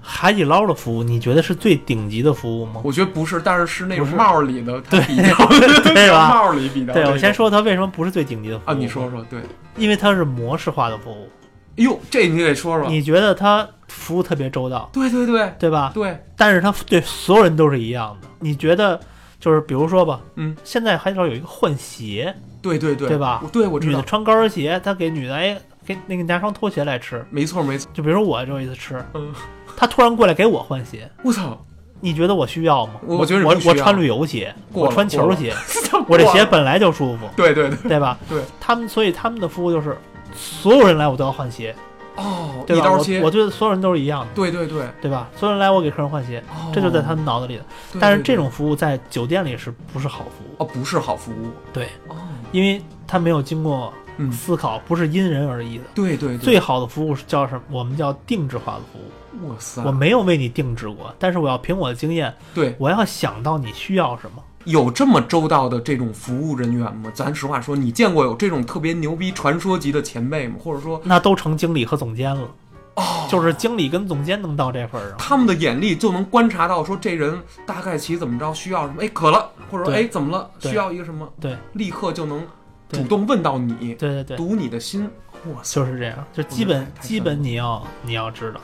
[SPEAKER 3] 海底捞的服务，你觉得是最顶级的服务吗？
[SPEAKER 2] 我觉得不是，但是是那种
[SPEAKER 3] 不是
[SPEAKER 2] 帽儿里的，他
[SPEAKER 3] 对
[SPEAKER 2] 比较
[SPEAKER 3] 对吧
[SPEAKER 2] 帽儿里比较
[SPEAKER 3] 对，
[SPEAKER 2] 那
[SPEAKER 3] 我先
[SPEAKER 2] 种
[SPEAKER 3] 说它为什么不是最顶级的服务
[SPEAKER 2] 啊，你说，说对。
[SPEAKER 3] 因为它是模式化的服务，
[SPEAKER 2] 哟，这你得说说。
[SPEAKER 3] 你觉得它服务特别周到，
[SPEAKER 2] 对对对
[SPEAKER 3] 对吧？
[SPEAKER 2] 对，
[SPEAKER 3] 但是它对所有人都是一样的，你觉得就是比如说吧，
[SPEAKER 2] 嗯，
[SPEAKER 3] 现在海底捞有一个换鞋，
[SPEAKER 2] 对对对，
[SPEAKER 3] 对吧
[SPEAKER 2] 我对，我知
[SPEAKER 3] 女的
[SPEAKER 2] 道，
[SPEAKER 3] 穿高跟鞋，他给女的哎给那个拿双拖鞋来吃，
[SPEAKER 2] 没错没错。
[SPEAKER 3] 就比如说我就一次吃，
[SPEAKER 2] 嗯，
[SPEAKER 3] 他突然过来给我换鞋，
[SPEAKER 2] 我操，
[SPEAKER 3] 你觉得我需要吗？
[SPEAKER 2] 我
[SPEAKER 3] 我
[SPEAKER 2] 觉得你
[SPEAKER 3] 我
[SPEAKER 2] 不需要
[SPEAKER 3] 我穿旅游鞋，
[SPEAKER 2] 过了
[SPEAKER 3] 我穿球鞋，我
[SPEAKER 2] 我
[SPEAKER 3] 这鞋，本来就舒服，
[SPEAKER 2] 啊对对对，
[SPEAKER 3] 对吧？
[SPEAKER 2] 对，
[SPEAKER 3] 他们所以他们的服务就是所有人来我都要换鞋，
[SPEAKER 2] 哦，
[SPEAKER 3] 对
[SPEAKER 2] 一
[SPEAKER 3] 吧？
[SPEAKER 2] 刀
[SPEAKER 3] 我
[SPEAKER 2] 切
[SPEAKER 3] 我，觉得所有人都是一样的，
[SPEAKER 2] 对对对，
[SPEAKER 3] 对吧？所有人来我给客人换鞋，
[SPEAKER 2] 哦
[SPEAKER 3] 这就在他们脑子里的。
[SPEAKER 2] 对
[SPEAKER 3] 但是
[SPEAKER 2] 对
[SPEAKER 3] 这
[SPEAKER 2] 对
[SPEAKER 3] 种服务在酒店里是不是好服务？
[SPEAKER 2] 哦不是好服务，
[SPEAKER 3] 对，
[SPEAKER 2] 哦，
[SPEAKER 3] 因为他没有经过
[SPEAKER 2] 嗯，
[SPEAKER 3] 思考，不是因人而异的。
[SPEAKER 2] 对对对，
[SPEAKER 3] 最好的服务是叫什么？我们叫定制化的服务。
[SPEAKER 2] 哇塞
[SPEAKER 3] 我，没有为你定制过，但是我要凭我的经验，
[SPEAKER 2] 对，
[SPEAKER 3] 我要想到你需要什么。
[SPEAKER 2] 有这么周到的这种服务人员吗？咱实话说，你见过有这种特别牛逼传说级的前辈吗？或者说，
[SPEAKER 3] 那都成经理和总监了，
[SPEAKER 2] 哦，
[SPEAKER 3] 就是经理跟总监能到这份儿上。
[SPEAKER 2] 他们的眼力就能观察到，说这人大概其怎么着需要什么，哎，渴了，或者说
[SPEAKER 3] 对
[SPEAKER 2] 哎怎么了，
[SPEAKER 3] 对
[SPEAKER 2] 需要一个什么，
[SPEAKER 3] 对，
[SPEAKER 2] 立刻就能
[SPEAKER 3] 对
[SPEAKER 2] 主动问到你，
[SPEAKER 3] 对对对，
[SPEAKER 2] 读你的心。哇塞！
[SPEAKER 3] 就是这样，就基
[SPEAKER 2] 我觉
[SPEAKER 3] 本
[SPEAKER 2] 得太
[SPEAKER 3] 基本你要你要知道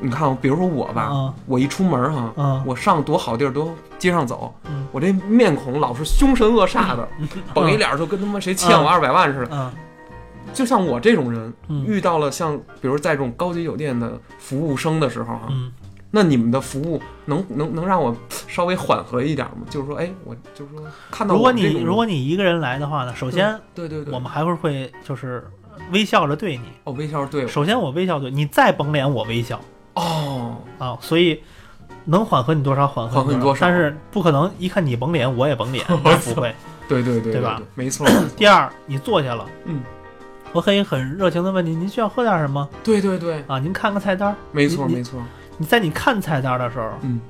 [SPEAKER 2] 你看啊，比如说我吧，
[SPEAKER 3] 啊
[SPEAKER 2] 我一出门哈、
[SPEAKER 3] 啊
[SPEAKER 2] 我上多好地儿都街上走，
[SPEAKER 3] 嗯
[SPEAKER 2] 我这面孔老是凶神恶煞的，绷、一脸儿就跟他妈谁欠我
[SPEAKER 3] 嗯
[SPEAKER 2] 二百万似的。
[SPEAKER 3] 啊
[SPEAKER 2] 就像我这种人，
[SPEAKER 3] 嗯
[SPEAKER 2] 遇到了像比如在这种高级酒店的服务生的时候哈、
[SPEAKER 3] 嗯，
[SPEAKER 2] 那你们的服务能能能让我稍微缓和一点吗？就是说，哎，我就是说看到
[SPEAKER 3] 如果
[SPEAKER 2] 我这
[SPEAKER 3] 你
[SPEAKER 2] 种
[SPEAKER 3] 如果你一个人来的话呢，首先
[SPEAKER 2] 对对对，
[SPEAKER 3] 我们还会会就是微笑着对你。
[SPEAKER 2] 哦微笑对
[SPEAKER 3] 首先我微笑对你，再绷脸我微笑
[SPEAKER 2] 哦，
[SPEAKER 3] 啊，所以。能缓和你多少缓
[SPEAKER 2] 缓和
[SPEAKER 3] 和
[SPEAKER 2] 你多少
[SPEAKER 3] 但是不可能一看你绷脸我 也绷脸，那不会。
[SPEAKER 2] 对对对
[SPEAKER 3] 对吧？
[SPEAKER 2] 没错，
[SPEAKER 3] 第二，你坐下了，
[SPEAKER 2] 嗯，
[SPEAKER 3] 我可以很热情的问你，您需要喝点什么
[SPEAKER 2] 对对对，
[SPEAKER 3] 啊？您看看菜单。
[SPEAKER 2] 没错
[SPEAKER 3] 你
[SPEAKER 2] 没错，
[SPEAKER 3] 你在你看菜单的时候，
[SPEAKER 2] 嗯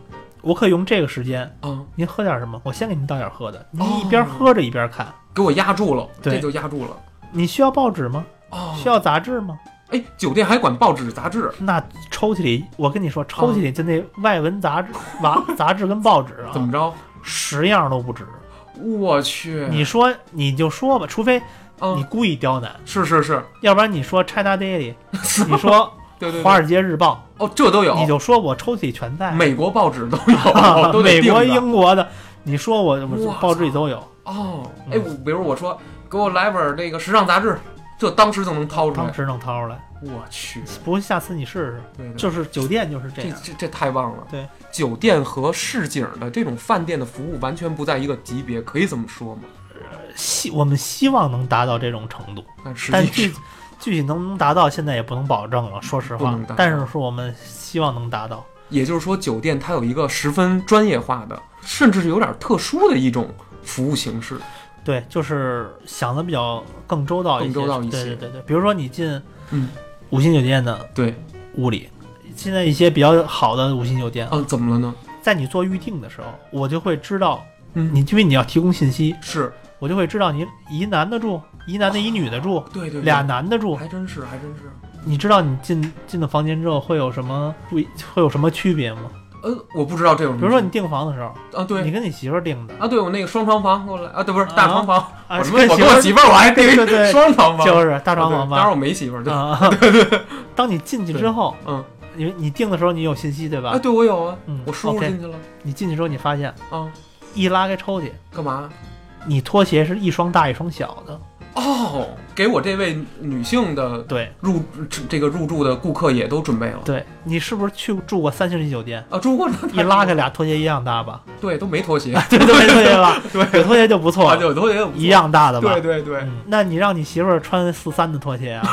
[SPEAKER 3] 我可以用这个时间，
[SPEAKER 2] 啊，
[SPEAKER 3] 您喝点什么？我先给您倒点喝的，您
[SPEAKER 2] 哦
[SPEAKER 3] 一边喝着一边看。
[SPEAKER 2] 给我压住了，
[SPEAKER 3] 对
[SPEAKER 2] 这就压住了
[SPEAKER 3] 你需要报纸吗？
[SPEAKER 2] 哦。
[SPEAKER 3] 需要杂志吗？
[SPEAKER 2] 哎，酒店还管报纸杂志，
[SPEAKER 3] 那抽屉里，我跟你说，抽屉里就那外文杂志、 杂杂志跟报纸
[SPEAKER 2] 哦
[SPEAKER 3] 啊，
[SPEAKER 2] 怎么着？
[SPEAKER 3] 十样都不止。
[SPEAKER 2] 我去，
[SPEAKER 3] 你说你就说吧，除非你
[SPEAKER 2] 嗯，
[SPEAKER 3] 故意刁难，
[SPEAKER 2] 是是是，
[SPEAKER 3] 要不然你说 China Daily，你 说
[SPEAKER 2] 对对
[SPEAKER 3] 华
[SPEAKER 2] 对，
[SPEAKER 3] 尔街日报，
[SPEAKER 2] 哦，这都有，
[SPEAKER 3] 你就说我抽屉里全在。
[SPEAKER 2] 美国报纸都有， 哦都得
[SPEAKER 3] 美
[SPEAKER 2] 订
[SPEAKER 3] 国、
[SPEAKER 2] 的
[SPEAKER 3] 英国的，你说我
[SPEAKER 2] 哇
[SPEAKER 3] 我报纸里都有，
[SPEAKER 2] 哦。
[SPEAKER 3] 嗯
[SPEAKER 2] 哎，我比如我说，给我来本那个时尚杂志，这当时就能掏出
[SPEAKER 3] 当
[SPEAKER 2] 来。
[SPEAKER 3] 时能掏出来。
[SPEAKER 2] 我去，
[SPEAKER 3] 不过下次你试试，
[SPEAKER 2] 对对
[SPEAKER 3] 就是酒店就是这
[SPEAKER 2] 这
[SPEAKER 3] 样。
[SPEAKER 2] 这这太棒了！
[SPEAKER 3] 对，
[SPEAKER 2] 酒店和市井的这种饭店的服务完全不在一个级别，可以这么说吗？
[SPEAKER 3] 希我们希望能达到这种程度，
[SPEAKER 2] 但实
[SPEAKER 3] 但
[SPEAKER 2] 际
[SPEAKER 3] 具具体能不能达到，现在也不能保证了，说实
[SPEAKER 2] 不
[SPEAKER 3] 话
[SPEAKER 2] 能达到。
[SPEAKER 3] 但是说我们希望能达到。
[SPEAKER 2] 也就是说，酒店它有一个十分专业化的，甚至是有点特殊的一种服务形式。
[SPEAKER 3] 对，就是想的比较更周到一些，
[SPEAKER 2] 更周到一些
[SPEAKER 3] 对对对对，比如说你进
[SPEAKER 2] 嗯
[SPEAKER 3] 五星酒店的
[SPEAKER 2] 对，
[SPEAKER 3] 屋里，现在一些比较好的五星酒店，哦
[SPEAKER 2] 啊，怎么了呢？
[SPEAKER 3] 在你做预定的时候，我就会知道
[SPEAKER 2] 嗯，
[SPEAKER 3] 你，因为你要提供信息，
[SPEAKER 2] 是
[SPEAKER 3] 我就会知道你一男的住，一男的一女的住，
[SPEAKER 2] 对对对
[SPEAKER 3] 俩男的住。
[SPEAKER 2] 还真是还真是。
[SPEAKER 3] 你知道你进进了房间之后会有什么不一会有什么区别吗？
[SPEAKER 2] 呃，我不知道这种。
[SPEAKER 3] 比如说你订房的时候，
[SPEAKER 2] 啊，
[SPEAKER 3] 你
[SPEAKER 2] 对
[SPEAKER 3] 跟你媳妇儿订的，
[SPEAKER 2] 啊，对我那个双床房给我来啊，对，不是大床房，
[SPEAKER 3] 啊
[SPEAKER 2] 我什么
[SPEAKER 3] 跟
[SPEAKER 2] 我跟
[SPEAKER 3] 媳妇
[SPEAKER 2] 我
[SPEAKER 3] 儿
[SPEAKER 2] 媳妇儿我还订
[SPEAKER 3] 对对
[SPEAKER 2] 双床房，
[SPEAKER 3] 就是大
[SPEAKER 2] 啊
[SPEAKER 3] 床房
[SPEAKER 2] 对当然
[SPEAKER 3] 吧？
[SPEAKER 2] 我没媳妇儿，对，
[SPEAKER 3] 啊，当你进去之后，
[SPEAKER 2] 嗯
[SPEAKER 3] 因为你订的时候你有信息对
[SPEAKER 2] 啊，
[SPEAKER 3] 吧？
[SPEAKER 2] 对我有啊，
[SPEAKER 3] 嗯
[SPEAKER 2] 我输入
[SPEAKER 3] ，OK，
[SPEAKER 2] 进去了
[SPEAKER 3] 你进去之后你发现
[SPEAKER 2] 啊，
[SPEAKER 3] 一拉开抽屉，
[SPEAKER 2] 干嘛？
[SPEAKER 3] 你拖鞋是一双大一双小的，
[SPEAKER 2] 哦，给我这位女性的
[SPEAKER 3] 对
[SPEAKER 2] 入这这个入住的顾客也都准备了
[SPEAKER 3] 对，你是不是去住过三星级酒店？
[SPEAKER 2] 啊，住过了
[SPEAKER 3] 一拉开俩拖鞋一样大吧？
[SPEAKER 2] 对都没拖鞋，
[SPEAKER 3] 对，都没拖鞋吧？
[SPEAKER 2] 对，
[SPEAKER 3] 有拖鞋就不错
[SPEAKER 2] 啊
[SPEAKER 3] 了，
[SPEAKER 2] 有拖鞋
[SPEAKER 3] 一，样大的吧？
[SPEAKER 2] 对对对，
[SPEAKER 3] 嗯那你让你媳妇儿穿四三的拖鞋 啊，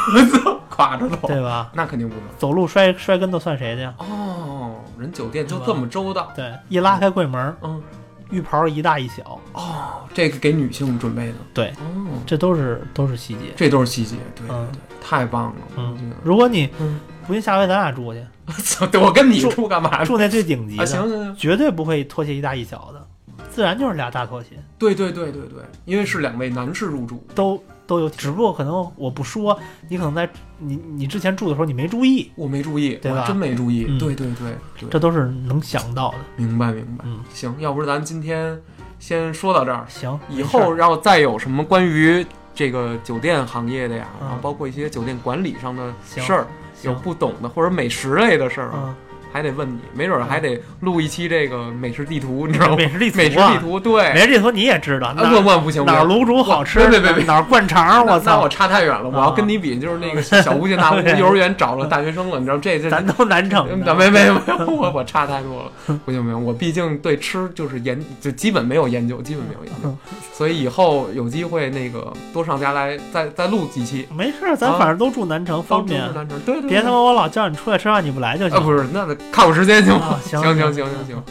[SPEAKER 2] 挎着走，
[SPEAKER 3] 对吧？
[SPEAKER 2] 那肯定不能。
[SPEAKER 3] 走路摔摔跟头算谁的呀？
[SPEAKER 2] 哦，人酒店就这么周到，
[SPEAKER 3] 对，一拉开柜门儿，
[SPEAKER 2] 嗯，
[SPEAKER 3] 浴袍一大一小，
[SPEAKER 2] 哦，这个给女性准备的，
[SPEAKER 3] 对
[SPEAKER 2] 哦，
[SPEAKER 3] 这都是都是细节。
[SPEAKER 2] 这都是细节，对对
[SPEAKER 3] 嗯
[SPEAKER 2] 对，太棒了，
[SPEAKER 3] 嗯
[SPEAKER 2] 我觉得
[SPEAKER 3] 如果你
[SPEAKER 2] 嗯
[SPEAKER 3] 不信，下回咱俩住去，
[SPEAKER 2] 我操， 对我跟你
[SPEAKER 3] 住
[SPEAKER 2] 住干嘛？
[SPEAKER 3] 住那最顶级
[SPEAKER 2] 啊，行
[SPEAKER 3] 的，
[SPEAKER 2] 行行，
[SPEAKER 3] 绝对不会拖鞋一大一小的，自然就是俩大拖鞋，
[SPEAKER 2] 对对对对对，因为是两位男士入住，
[SPEAKER 3] 都都有。只不过可能我不说，你可能在你你之前住的时候你没注意，
[SPEAKER 2] 我没注意，
[SPEAKER 3] 对
[SPEAKER 2] 我还
[SPEAKER 3] 吧
[SPEAKER 2] 真没注意，
[SPEAKER 3] 嗯
[SPEAKER 2] 对对对
[SPEAKER 3] 这
[SPEAKER 2] 对，
[SPEAKER 3] 都是能想到的。
[SPEAKER 2] 明白明白，
[SPEAKER 3] 嗯
[SPEAKER 2] 行，要不是咱今天先说到这儿，
[SPEAKER 3] 行，
[SPEAKER 2] 以
[SPEAKER 3] 没事
[SPEAKER 2] 后要再有什么关于这个酒店行业的呀，
[SPEAKER 3] 嗯
[SPEAKER 2] 然后包括一些酒店管理上的
[SPEAKER 3] 行
[SPEAKER 2] 事儿，有
[SPEAKER 3] 行，
[SPEAKER 2] 不懂的或者美食类的事儿啊，
[SPEAKER 3] 嗯，
[SPEAKER 2] 还得问你，没准儿还得录一期这个美食地图，你知道吗？
[SPEAKER 3] 美食地图啊，
[SPEAKER 2] 美食地图，对，
[SPEAKER 3] 美食地图你也知道，
[SPEAKER 2] 啊，不
[SPEAKER 3] 哪
[SPEAKER 2] 不不行，不
[SPEAKER 3] 哪儿
[SPEAKER 2] 行。
[SPEAKER 3] 卤煮好吃，
[SPEAKER 2] 别别别别
[SPEAKER 3] 哪儿灌肠，
[SPEAKER 2] 那
[SPEAKER 3] 啊我
[SPEAKER 2] 那我
[SPEAKER 3] 操，啊
[SPEAKER 2] 差太远了，我要跟你比，就是那个小巫见大巫，
[SPEAKER 3] 对
[SPEAKER 2] 幼儿园找了大学生了，你知道这这
[SPEAKER 3] 咱都难整
[SPEAKER 2] 嗯
[SPEAKER 3] 的。
[SPEAKER 2] 没没没，我我差太多了，不行不行，我毕竟对吃就是研就基本没有研究，基本没有研究，
[SPEAKER 3] 嗯
[SPEAKER 2] 所以以后有机会那个多上家来再再录几期，
[SPEAKER 3] 没事儿，咱反正都住南城，方便。
[SPEAKER 2] 方便对对对，
[SPEAKER 3] 别他妈我老叫你出来吃饭你不来就
[SPEAKER 2] 啊
[SPEAKER 3] 行。
[SPEAKER 2] 不是，那得看我时间行吗
[SPEAKER 3] 啊？行
[SPEAKER 2] 行行
[SPEAKER 3] 行
[SPEAKER 2] 行行行，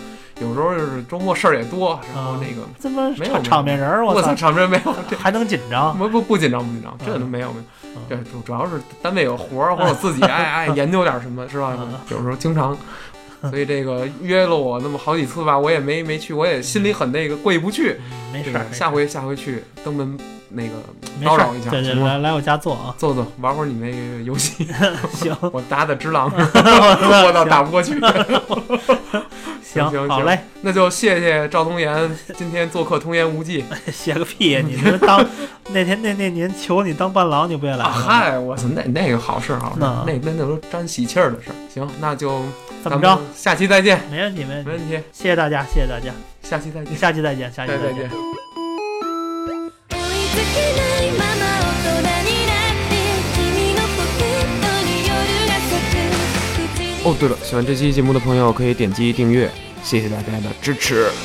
[SPEAKER 2] 有时候就是周末事儿也多，然后那个
[SPEAKER 3] 这么
[SPEAKER 2] 没有没有
[SPEAKER 3] 场场面人儿，
[SPEAKER 2] 我操，
[SPEAKER 3] 操，啊
[SPEAKER 2] 场面没 有这。
[SPEAKER 3] 还能紧张？嗯
[SPEAKER 2] 不不不紧张不紧张，这都没有没有，对主主要是单位有活儿或者自己 爱爱研究点什么是吧？
[SPEAKER 3] 嗯
[SPEAKER 2] 有时候经常，所以这个约了我那么好几次吧，我也没没去，我也心里很那个过意不去。
[SPEAKER 3] 嗯没
[SPEAKER 2] 这
[SPEAKER 3] 事
[SPEAKER 2] 个
[SPEAKER 3] 儿，
[SPEAKER 2] 下回下回去登门那个
[SPEAKER 3] 没
[SPEAKER 2] 叨
[SPEAKER 3] 事
[SPEAKER 2] 扰
[SPEAKER 3] 儿
[SPEAKER 2] 一下，
[SPEAKER 3] 对对，
[SPEAKER 2] 行吗？
[SPEAKER 3] 来来我家坐 啊。
[SPEAKER 2] 坐坐玩会儿你那个游 戏，
[SPEAKER 3] 行，
[SPEAKER 2] 我打打只 狼，我倒打不过 去。行行
[SPEAKER 3] 行，好嘞，
[SPEAKER 2] 那就谢谢赵东岩今天做客《通言无忌》
[SPEAKER 3] 写个屁呀！你这当那天那那年求你当伴郎，你 不也来
[SPEAKER 2] 啊！
[SPEAKER 3] 了？
[SPEAKER 2] 嗨，我操，那那个好事儿好事儿，
[SPEAKER 3] 那
[SPEAKER 2] 那那那都沾喜气儿的事儿。行，那就咱
[SPEAKER 3] 怎么
[SPEAKER 2] 们
[SPEAKER 3] 着？？
[SPEAKER 2] 下期再见，
[SPEAKER 3] 没问题，没
[SPEAKER 2] 没
[SPEAKER 3] 问题。
[SPEAKER 2] 问题，
[SPEAKER 3] 谢谢大家，谢谢大家，
[SPEAKER 2] 下期再见，
[SPEAKER 3] 下期再见，下期
[SPEAKER 2] 再
[SPEAKER 3] 再
[SPEAKER 2] 见。。
[SPEAKER 4] 追いつけないまま大人になって君のポケットに夜が咲く口に
[SPEAKER 1] 哦，对了，喜欢这期节目的朋友可以点击订阅，谢谢大家的支持。
[SPEAKER 4] 「